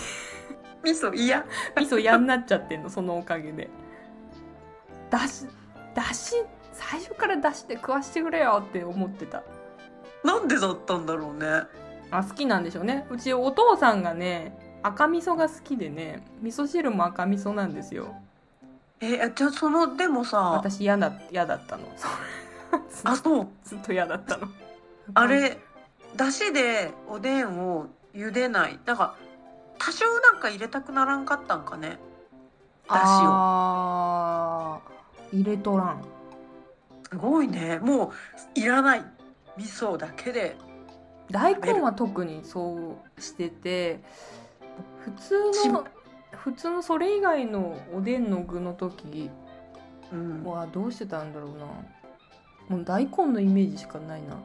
味噌いや
味噌嫌になっちゃってんのそのおかげでだしだし最初からだしで食わしてくれよって思ってた
なんでだったんだろうね
あ好きなんでしょうねうちお父さんがね赤味噌が好きでね味噌汁も赤味噌なんですよ
えじゃあそのでもさ
私嫌だ嫌だったの そう
あそう
ずっと嫌だったの
あれだしでおでんを茹でないなんか多少なんか入れたくならんかったんかねだしを
あー入れとらん
すごいねもういらない味噌だけで
大根は特にそうしてて普通の
し
普通のそれ以外のおでんの具の時
うん
はどうしてたんだろうなもう大根のイメージしかないな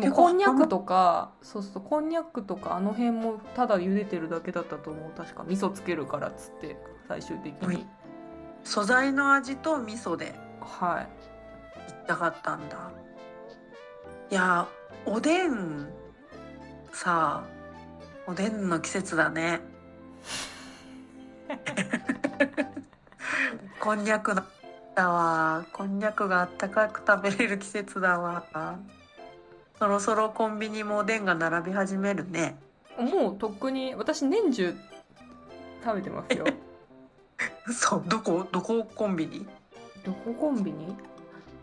で
結
も
構
こんにゃくとかそうそうこんにゃくとかあの辺もただ茹でてるだけだったと思う確か味噌つけるからっつって最終的
は
に
い素材の味と味噌で
はい
行きたかったんだいやおでんさあおでんの季節だねこんにゃくのだわこんにゃくがあったかく食べれる季節だわそろそろコンビニもおでんが並び始めるね
もうとっくに私年中食べてますよ
嘘どこどこコンビニ、
どこコンビニ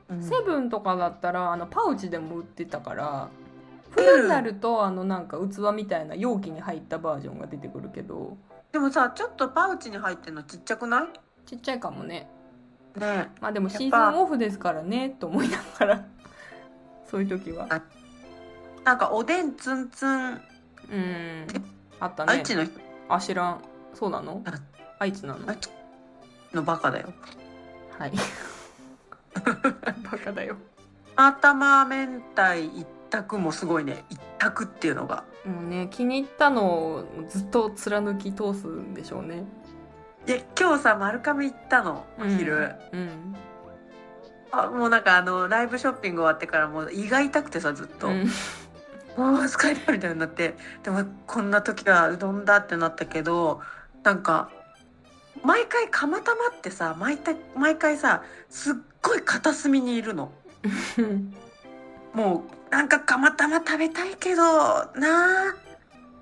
うん
セブンとかだったらあのパウチでも売ってたから冬になるとあのなんか器みたいな容器に入ったバージョンが出てくるけど
でもさちょっとパウチに入ってるのちっちゃくない
ちっちゃいかもね
ねえ
まあでも
やっぱ
シーズンオフですからねと思いながら そういう時は
なんかおでんツンツン、
うんあったね
愛知の人
あ知らんそうなの
あ
愛知なの
愛知のバカだよ
はいバカだよ
頭明太一択もすごいね一択っていうのが
もうね気に入ったのをずっと貫き通すんでしょうね
で今日さ丸亀行ったのお昼、
うん
あもうなんかあのライブショッピング終わってからもう胃が痛くてさずっと、
うん
もう疲れたみたいになってでもこんな時はうどんだってなったけどなんか毎回釜玉ってさ毎回毎回さすっごい片隅にいるの。
うん
もうなんか釜玉食べたいけどなあ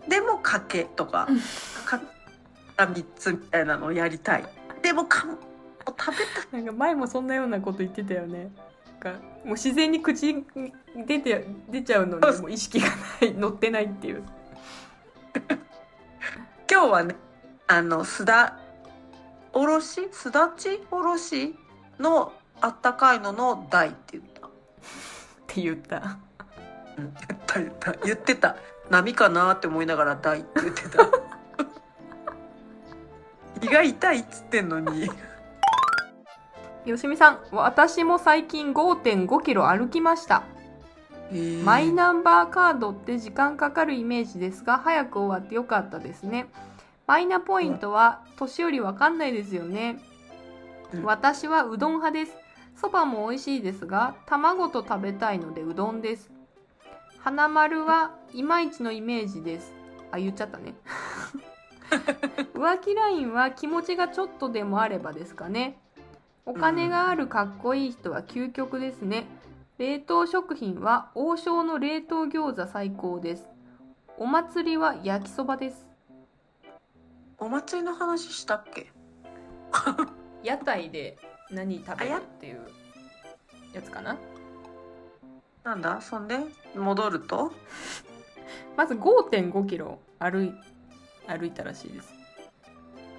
でもかけとか
うん
か3つみたいなのをやりたいでもかも食べたい
なんか前もそんなようなこと言ってたよね。なんかもう自然に口に出て出ちゃうのにもう意識がない乗ってないっていう。
今日はねあのすだおろしすだちおろしのあったかいのの大って言った、
って言った。
うん、言った言った言ってた波かなって思いながら大って言 ってた胃が痛いっつってんのに
よしみさん、私も最近5.5キロ歩きました。マイナンバーカードって時間かかるイメージですが、早く終わってよかったですね。マイナポイントは年よりわかんないですよね
う。ん
私はうどん派です。そばも美味しいですが、卵と食べたいのでうどんです。花丸はいまいちのイメージです。あ、言っちゃった ね。浮気ラインは気持ちがちょっとでもあればですかね。お金があるかっこいい人は究極ですね。冷凍食品は王将の冷凍餃子最高です。お祭りは焼きそばです。
お祭りの話したっけ
屋台で何食
べる
っていうやつかな
なんだそんで戻ると
まず5.5キロ歩い歩いたらしいです。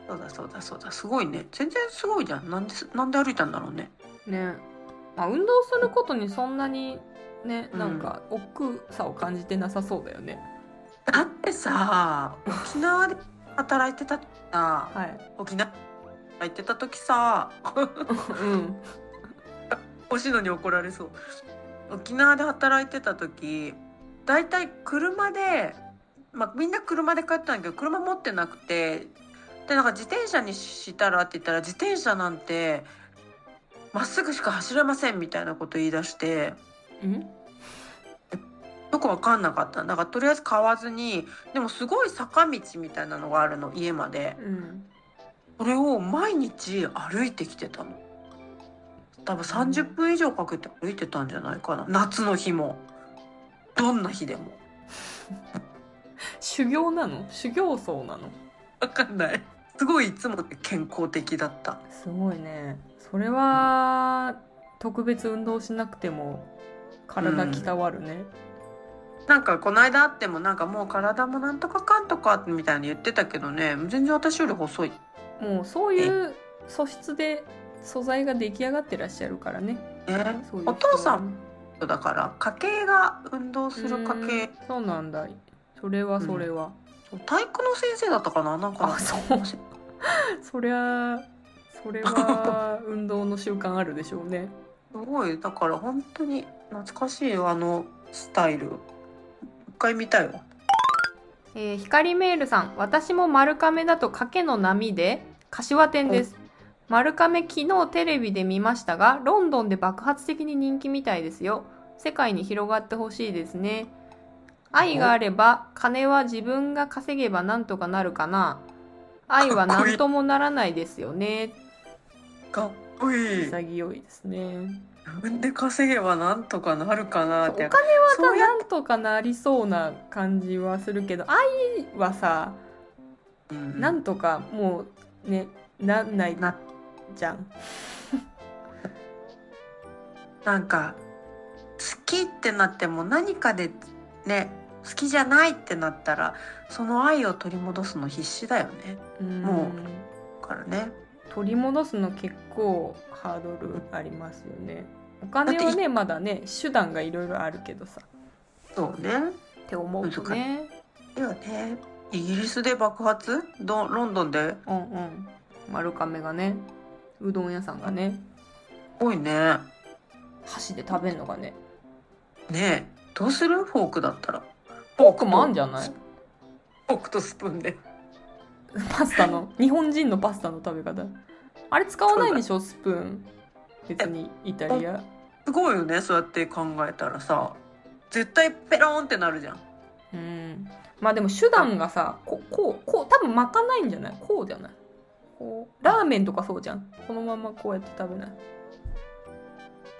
そうだそうだそうだすごいね全然すごいじゃんなんですなんで歩いたんだろうね
ね、まあ、運動することにそんなにね
うん
なんか億劫さを感じてなさそうだよね。
だってさ沖縄で働いてたってさ
はい。
沖縄働いてた時さ
うん。
星野に怒られそう沖縄で働いてた時だいたい車で、まあ、みんな車で帰ってたんだけど車持ってなくてでなんか自転車にしたらって言ったら自転車なんてまっすぐしか走れませんみたいなこと言い出して
うん？
よく分かんなかっただからとりあえず買わずにでもすごい坂道みたいなのがあるの家まで
うん。
それを毎日歩いてきてたの多分30分以上かけて歩いてたんじゃないかな夏の日もどんな日でも
修行なの？修行僧なの？
分かんないすごいいつも健康的だった
すごいねそれは特別運動しなくても体きたわるね、
なんかこの間会ってもなんかもう体もなんとかかんとかみたいに言ってたけどね全然私より細い
もうそういう素質で素材が出来上がってらっしゃるからね
ね
そういう人
お父さんだから家計が運動する家計
うんそうなんだそれはそれは、
そう体育の先生だったかななんか
あそうそりゃあ それは運動の習慣あるでしょうね
すごいだから本当に懐かしいよあのスタイルもう一回見たいわ
えー、光メールさん私も丸亀だと賭けの波で柏店です丸亀昨日テレビで見ましたがロンドンで爆発的に人気みたいですよ世界に広がってほしいですね愛があれば金は自分が稼げばなんとかなるかな愛は何ともならないですよね
かっこいい自
潔いですね
分で稼げばなんとかなるかな
お
っ
金
て
はさ
そうやっ
なんとかなりそうな感じはするけど愛はさ
うん
なんとかもうねなんない
な
じゃん
なんか好きってなっても何かでね好きじゃないってなったらその愛を取り戻すの必死だよね
も
もだからね
取り戻すの結構ハードルありますよねお金は
だって
ねまだね手段がいろいろあるけどさ
そうね
って思うとね
ではねイギリスで爆発どロンドンで
うんうん丸亀がねうどん屋さんがね
多いね
箸で食べんのがね
ねえどうするフォークだったら
フォークもあんじゃない
フォークとスプーンで
パスタの日本人のパスタの食べ方あれ使わないでしょスプーン別にイタリア
すごいよねそうやって考えたらさ絶対ペロンってなるじゃん
うんまあでも手段がさここうこう多分巻かないんじゃないこうじゃないこうラーメンとかそうじゃんこのままこうやって食べない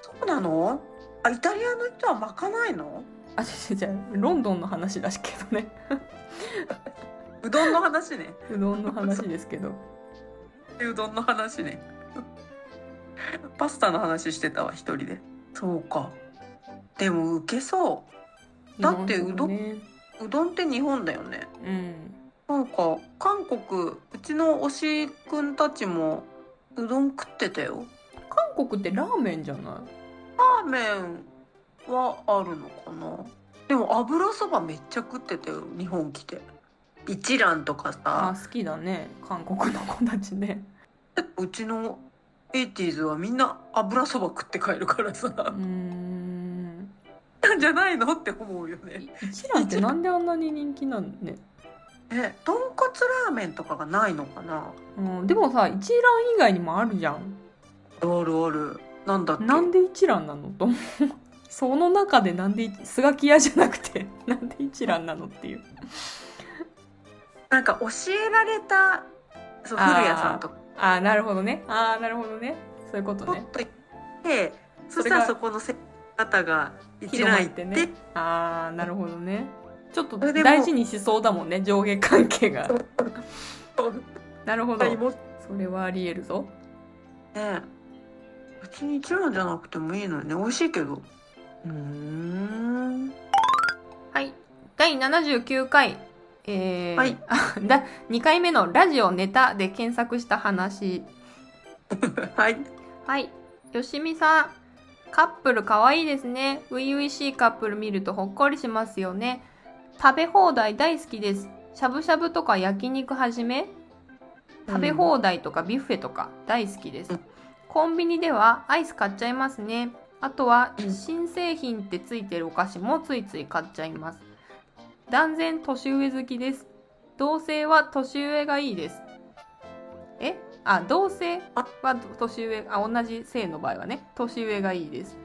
そうなのあイタリアの人は巻かないの
あ違う違う違うロンドンの話だしけどね
うどんの話ね
うどんの話ですけど
うどんの話ねパスタの話してたわ一人でそうかでもウケそだってうどん
ね
ううどんって日本だよね
うん
なんか韓国うちの推しくんたちもうどん食ってたよ
韓国ってラーメンじゃない
ラーメンはあるのかなでも油そばめっちゃ食ってたよ日本来て一蘭とか
あ
さ
好きだね韓国の子たちね
うちのエイティーズはみんな油そば食って帰るからさ、
うーん
なんじゃないのって思うよね
い一蘭ってなんであんなに人気なんね、
えとんこつラーメンとかがないのかな
うん、でもさ一蘭以外にもあるじゃん
あるあるなんだっけ
なんで一蘭なのと思うその中でなんで一スガキ屋じゃなくて なんで一蘭なのっていう
なんか教えられたそう
あー
古谷さんとか
ああなるほどねああなるほどねそういうこと
ちょっ
ね
と行って、そ
そ
し
れ
た
が
らそこの先方が一覧行って
広まってねああなるほどねちょっと
それでも
大事にしそうだもんね上下関係 がなるほど
妹
それはありえるぞ
ね別に一覧じゃなくてもいいのにね美味しいけどうーん
はい第79回えー
はい
あ だ2回目の「ラジオネタ」で検索した話
はい
はい。よしみさん。カップル可愛いですね。初々しいカップル見るとほっこりしますよね。食べ放題大好きです。しゃぶしゃぶとか焼肉はじめ、食べ放題とかビュッフェとか大好きです。
うん
コンビニではアイス買っちゃいますね。あとは
うん
新製品ってついてるお菓子もついつい買っちゃいます。断然年上好きです。同性は年上がいいです。えあ、同性は年上、あ、同じ性の場合はね、年上がいいです。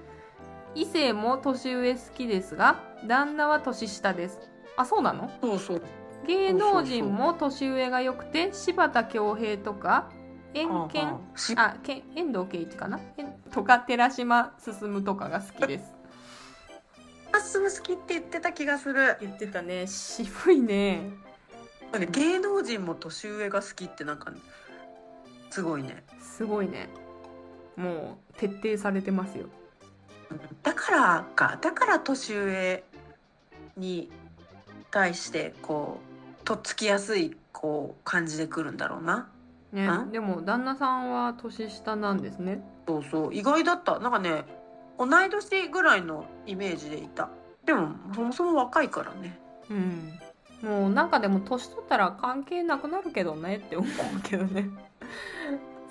異性も年上好きですが、旦那は年下です。あ、そうなの
そうそう
芸能人も年上が良くて柴田恭平とか遠
はあは
見
あし
あけん遠藤圭一かなえとか寺島進とかが好きです
あすぐ好きって言ってた気がする
言ってたね渋いね
なんか芸能人も年上が好きってなんかねすごいね
すごいねもう徹底されてますよ
だからかだから年上に対してこうとっつきやすいこう感じでくるんだろうな
ね
あ
でも旦那さんは年下なんですね
そうそう意外だったなんかね同い年ぐらいのイメージでいたでもそもそも若いからね
うんもうなんかでも年取ったら 関係なくなるけどねって思うけどね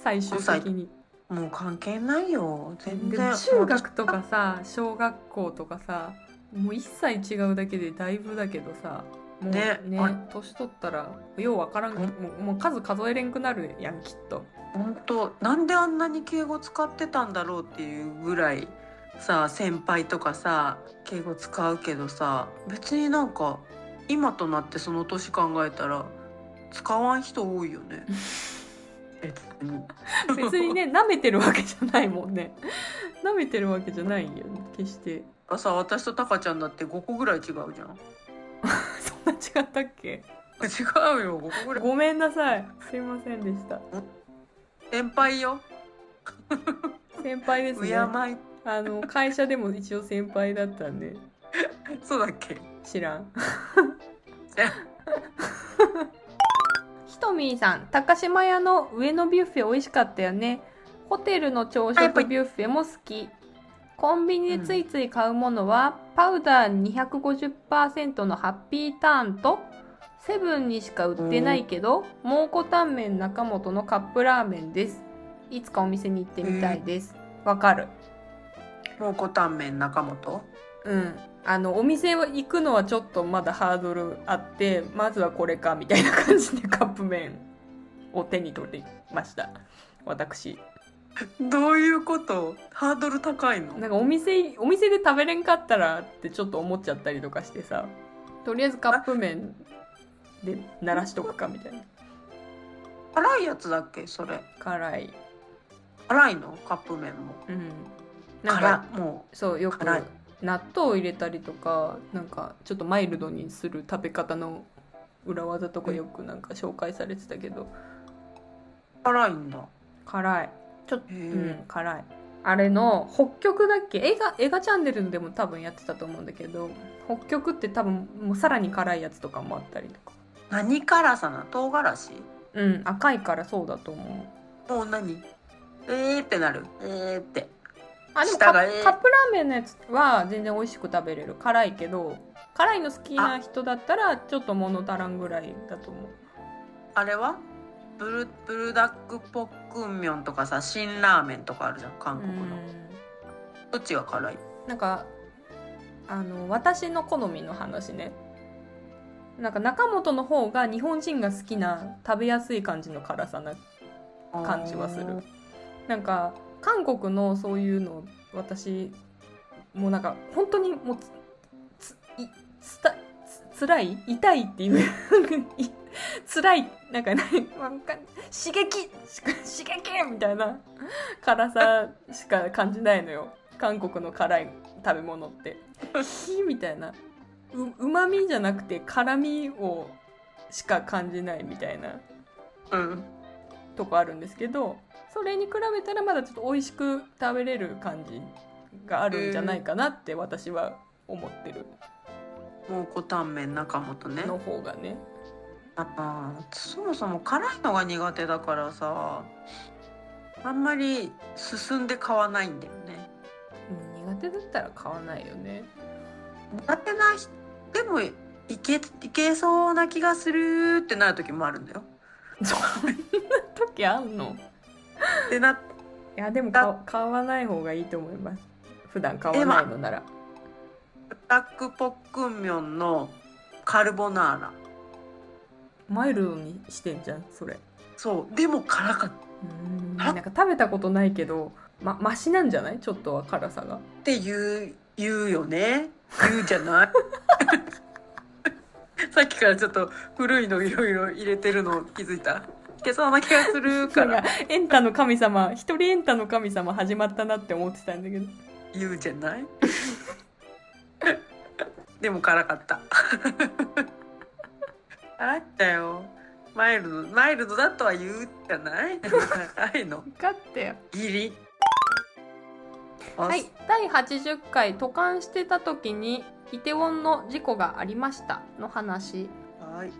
最終的に
もう関係ないよ全
で
然
も中学とかさ小学校とかさもう一切違うだけでだいぶだけどさもうね
ねあれ
年取ったらようわからんもうもう数数えれんくなるやんきっ と。
本当なんであんなに敬語使ってたんだろうっていうぐらいさ先輩とかさ敬語使うけどさ別になんか今となってその年考えたら使わん人多いよ ね別に
別にね舐めてるわけじゃないもんね舐めてるわけじゃないよ決して
さ私とタカちゃんだって5個ぐらい違うじゃん違
そんな違ったっけ
うよ5個ぐらい
ごめんなさいすいませんでした
先輩よ
先輩です
敬
ね
い
あの会社でも一応先輩だったんで
そうだっけ
知らんひとみーさん高島屋の上のビュッフェ美味しかったよねホテルの朝
あやっ
食
ぱり
ビュッフェも好きコンビニでついつい買うものは、パウダー250%のハッピーターンとセブンにしか売ってないけど蒙古タンメン中本のカップラーメンですいつかお店に行ってみたいですわ、かる
蒙古タンメン中本
うん、あのお店は行くのはちょっとまだハードルあってまずはこれかみたいな感じでカップ麺を手に取りました私
どういうことハードル高いの
なんかお店お店で食べれんかったらってちょっと思っちゃったりとかしてさとりあえずカップ麺で鳴らしとくかみたいな
辛いやつだっけそれ
辛い
辛いのカップ麺も
うんなんか
辛も
そうよく
辛い
納豆を入れたりとかなんかちょっとマイルドにする食べ方の裏技とかよくなんか紹介されてたけど
う辛いんだ
辛いちょっとう
へえ
ん辛いあれの北極だっけ映画映画チャンネルでも多分やってたと思うんだけど北極って多分もうさらに辛いやつとかもあったりとか
何辛さな唐辛子
うん赤いからそうだと思う
もう何えーってなるえーって
あでもカ
下が
カ
えー
ップラーメンのやつは全然美味しく食べれる辛いけど辛いの好きな人だったらちょっと物足らんぐらいだと思う
あれはブルブルダックポックンミョンとかさ辛ラーメンとかあるじゃん韓
う
国の
ん
どっちが辛い
なんかあの私の好みの話ねなんか中本の方が日本人が好きな食べやすい感じの辛さな感じはするなんか韓国のそういうの私もうなんか本当にもうつついつたつ辛い痛いっていうい辛いなんか何なんか刺激しか刺激みたいな辛さしか感じないのよ韓国の辛い食べ物って火みたいなうまみじゃなくて辛みをしか感じないみたいな
うん
とこあるんですけどそれに比べたらまだちょっと美味しく食べれる感じがあるんじゃないかなって私は思ってる
蒙古タンメン中本ね
の方がね
あーそもそも辛いのが苦手だからさあんまり進んで買わないんだよね
うん苦手だったら買わないよね
苦手な人でもいけいけそうな気がするってなる時もあるんだよ。
そんな時あんの
ってない
やでも買わ買わない方がいいと思います普段買わないのなら
ブラックポックンミョンのカルボナーラ
マイルドにしてんじゃんそれ
そうでも辛かったっ
うんな
あ
んか食べたことないけどまマシなんじゃないちょっとは辛さが
て言う言うよね言うじゃない さっきからちょっと古いのいろいろ入れてるの気づいたいけそうな気がするか
から
ら
エンタの神様一人エンタの神様始まったなって思ってたんだけど
言うじゃない でも辛かった 辛かったよマイルドマイルドだとは言うじゃない 辛いの
分かったよ
ギリ
はい、第80回「渡韓してた時にイテウォンの事故がありました」の話
はい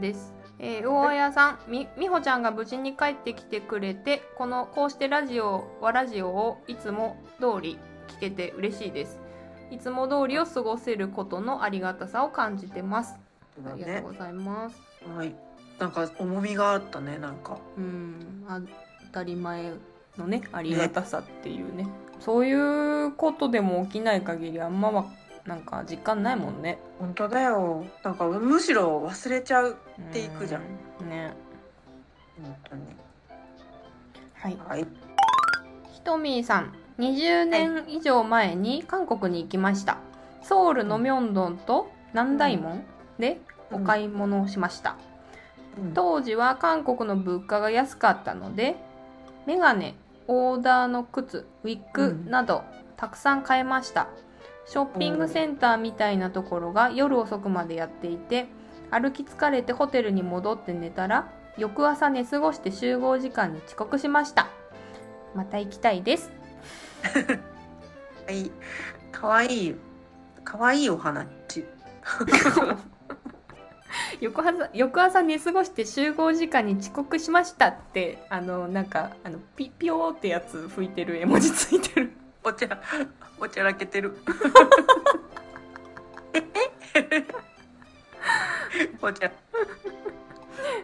です。えー、大家さん、みみほちゃんが無事に帰ってきてくれてこのこうしてラジオはラジオをいつも通り聞けて嬉しいですいつも通りを過ごせることのありがたさを感じてます
そ
あ
うだ
りが
ね
とうございます、
はいなんか重みがあったねなんか
うんあ当たり前のねありがたさっていうねそういうことでも起きない限りあんまはなんか実感ないもんね。
本当だよなんかむしろ忘れちゃうっていくじゃん
うん。ね。
本当に
はい。
はい
ひとみーさん20年以上前に韓国に行きましたソウルのミョンドンと南大門でお買い物をしました、当時は韓国の物価が安かったのでメガネオーダーの靴ウィッグ
うん
などたくさん買えましたショッピングセンターみたいなところが夜遅くまでやっていて歩き疲れてホテルに戻って寝たら翌朝寝過ごして集合時間に遅刻しましたまた行きたいです
はいかわいいかわいいお話
翌朝翌朝寝過ごして集合時間に遅刻しましたってあのなんかあのピピョーってやつ吹いてる絵文字ついてる
おちゃおちゃらけてるおちゃ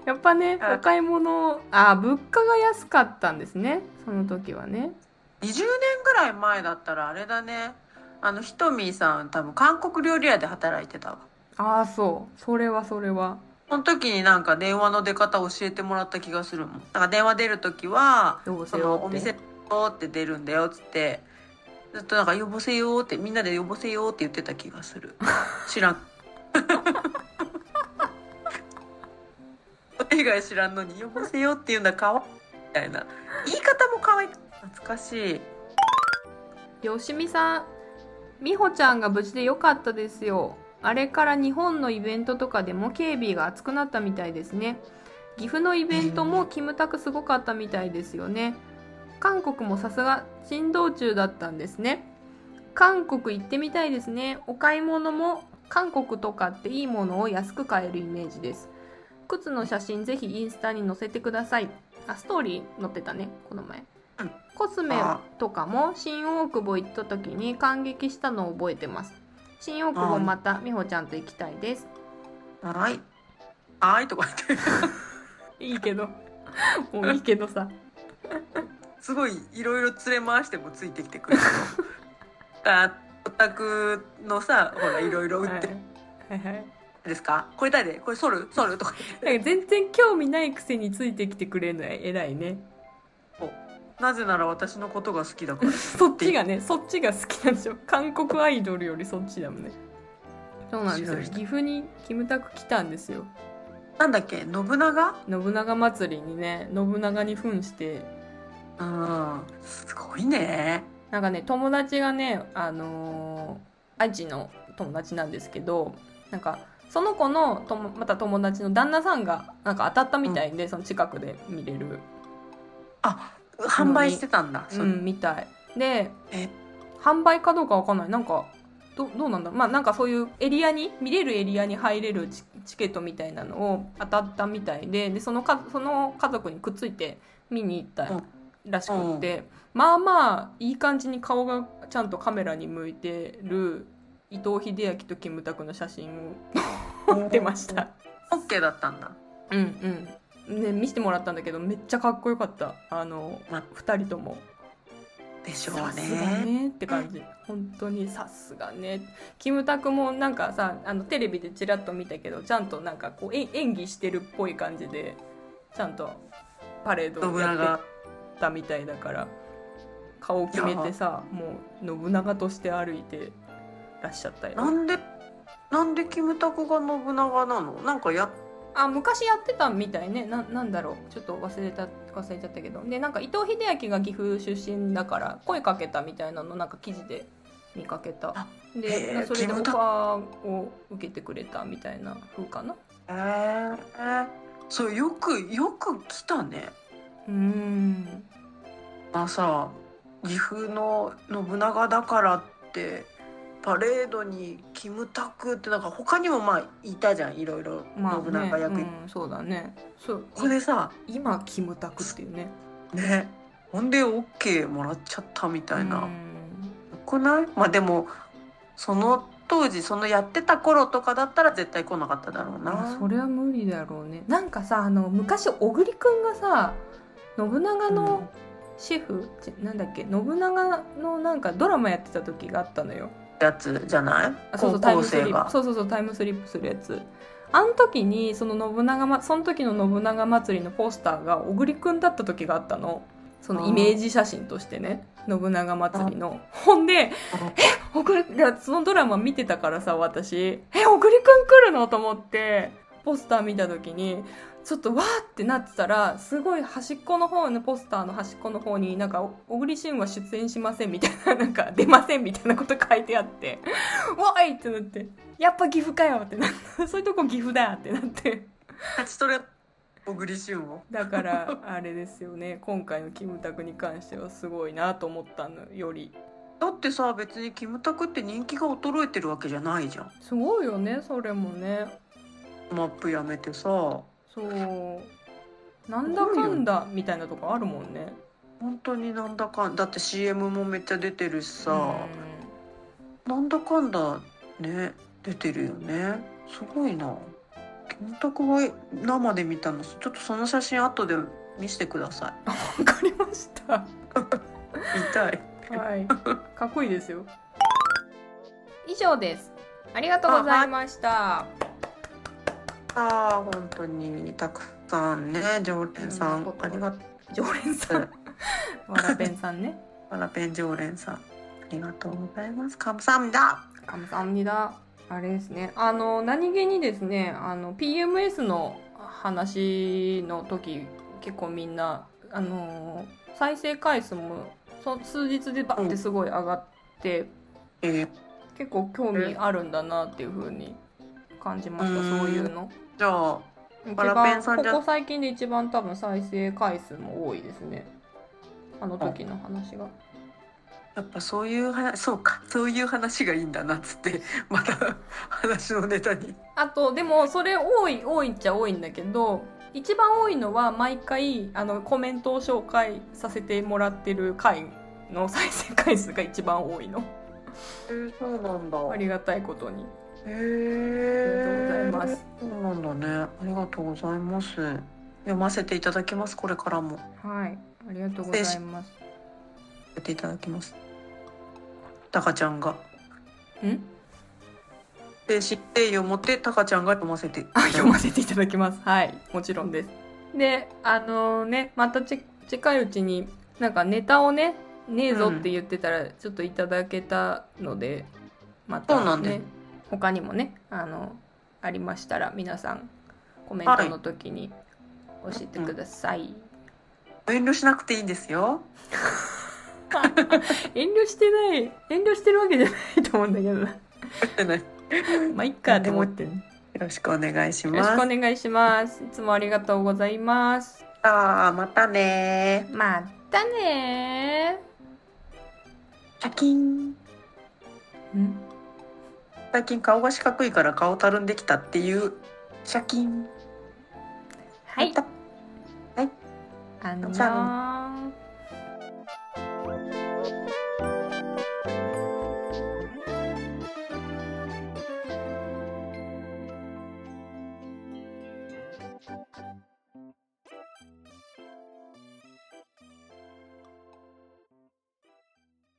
やっぱね
あ
お買い物あ物価が安かったんですねその時はね
20年ぐらい前だったらあれだねあのひとみーさん多分韓国料理屋で働いてたわ
ああそうそれはそれは
その時になんか電話の出方教えてもらった気がするもんなんか電話出る時は
どう
そ
せよ
のお
って
店とって出るんだよっつってずっとなんか「呼ぼせよ」ってみんなで「呼ぼせよ」って言ってた気がす る知らん 以外知らんのに「呼ぼせよ」って言うんだかわいいみたいな言い方もかわいい懐かしい
よしみさんみほちゃんが無事でよかったですよあれから日本のイベントとかでも警備が熱くなったみたいですね岐阜のイベントもキムタクすごかったみたいですよね韓国もさすが珍道中だったんですね韓国行ってみたいですねお買い物も韓国とかっていいものを安く買えるイメージです靴の写真ぜひインスタに載せてくださいあストーリー載ってたねこの前
うん
コスメとかも新大久保行った時に感激したのを覚えてます新大久保また美穂ちゃんと行きたいです
はいはいとか言って
いいけど もういいけど さ
すごいいろいろ連れ回してもついてきてくれる のあお宅のさほらいろいろ売ってる
はいはい
ですかこれ誰これソルソルとか
なん
言って
か全然興味ないくせについてきてくれない偉い ね
なぜなら私のことが好きだから
そっちがねそっちが好きなんでしょ韓国アイドルよりそっちだもんねそうなんですよ
面白い
岐阜にキムタク来たんですよ
なんだっけ信長
信長祭りにね信長に扮して
うんすごいね
なんかね友達がねあのー愛知の友達なんですけどなんかその子のともまた友達の旦那さんがなんか当たったみたいで、その近くで見れる、
あ販売してたんだ、
う
そ
ん、みたいで
え
販売かどうかわかんないなんかどどうなんだろうまあなんかそういうエリアに見れるエリアに入れるチチケットみたいなのを当たったみたいででそのかその家族にくっついて見に行ったらしくって、まあまあいい感じに顔がちゃんとカメラに向いてる伊藤英明とキムタクの写真を撮ってました。
オッケーだったんだ
うんうんね、見せてもらったんだけどめっちゃかっこよかったあの、
ま
2人とも
でしょう
さすが
ね
ねって感じ本当にさすがねキムタクもなんかさあのテレビでちらっと見たけどちゃんとなんかこうえ演技してるっぽい感じでちゃんとパレード
信
をやっ
長
てたみたいだから顔を決めてさもう信長として歩いてらっしゃったよ
なんでなんでキムタクが信長なのなんかや
あ昔やってたみたいねななんだろうちょっと忘れた忘れちゃったけどでなんか伊藤英明が岐阜出身だから声かけたみたいなのなんか記事で見かけた
あへ
で
え
それで
キ
オフ
ムタ
ァ
ク
ーを受けてくれたみたいな風かな
えー、そうよくよく来たね
うーん
まあさ岐阜の信長だからってパレードにキムタクってなんか他にもまあいたじゃんいろいろ
まあね、
信長役、
うん、そうだねそう
これでさ
今キムタクっていうね
ねほんで OK もらっちゃったみたいな、
う
よ
ん
くないまあでもその当時そのやってた頃とかだったら絶対来なかっただろう
あ
な
それは無理だろうねなんかさあの昔小栗くんがさ信長のシェフじなんだっけ信長のなんかドラマやってた時があったのよ
やつじゃない
あそうそ
高
うタイ
校
ムスリ
生
ップ
が
そうそうそうタイムスリップするやつあの時にその信長、ま、その時の信長祭りのポスターが小栗くんだった時があったのそのイメージ写真としてね信長祭りのほんで小栗いやそのドラマ見てたからさ私「え小栗くん来るの?」と思ってポスター見た時にちょっとわーってなってたらすごい端っこの方のポスターの端っこの方になんか「小栗旬は出演しません」みたいな なんか「出ません」みたいなこと書いてあって「わーい!」ってなって「やっぱ岐阜かよ!」ってなってそういうとこ岐阜だよってなって
勝ち取れ小栗旬を
だからあれですよね今回のキムタクに関してはすごいなと思ったのより
だってさ別にキムタクって人気が衰えてるわけじゃないじゃん
すごいよねそれもね
マップやめてさ本
そうなんだかんだみたいなとこあるもんね
当になんだかんだって CM もめっちゃ出てるしさ、
う
なんだかんだね出てるよねすごいなキムタクは生で見たのちょっとその写真後で見せてくださ
んわかりました
い見たい
はい、かっこいいですよ。以上です。ありがとうございました。
ああ本当にたくさんね常連さんありがと
常連さ、
うん
わらぺんさんね。
うラペン常連さんありがとうございますカムサンだ
かむさんにだ。あれですね。あの何気にですね、あの PMS の話の時結構みんなあの再生回数もその数日でバッてすごい上がって、
えー
結構興味あるんだなっていう風に感じました。
うん
そういうの。
じゃあ
一
わらぺ
番
んさん
こ
じゃ
こ最近で一番多分再生回数も多いですねあの時の話が
やっぱそういう話そうかそういう話がいいんだなっつってまた話のネタに
あとでもそれ多い多いっちゃ多いんだけど一番多いのは毎回あのコメントを紹介させてもらってる回の再生回数が一番多いの
えー、そうなんだ
ありがたいことに
へえ
ありがとうございます。
そうなんだね。ありがとうございます。読ませていただきます。これからも。読
はいありがとうございます
ませていただきます。タカちゃんが。
ん
で、知ってを持って、タカちゃんが読ませて。
あ読ませていただきますはいもちろんですであのねまたち近いうちになんかネタをねねえぞって言ってたらちょっといただけたので、ま
そうな
た
んです
ね他にもねあのありましたら皆さんコメントの時に教えてください、
遠慮しなくていいんですよ。
遠慮してない遠慮してるわけじゃないと思うんだけど な
よ
まあいっかと思ってね
ろしくお願いし
よろ
ま
しくお
す。
願いしますいつもありがとうございます
ああ、またね
またね
ー。シャキン。
ーん
最近顔が四角いから顔たるんできたっていう。シャキン。
はい
また。
안녕.
감사합니다.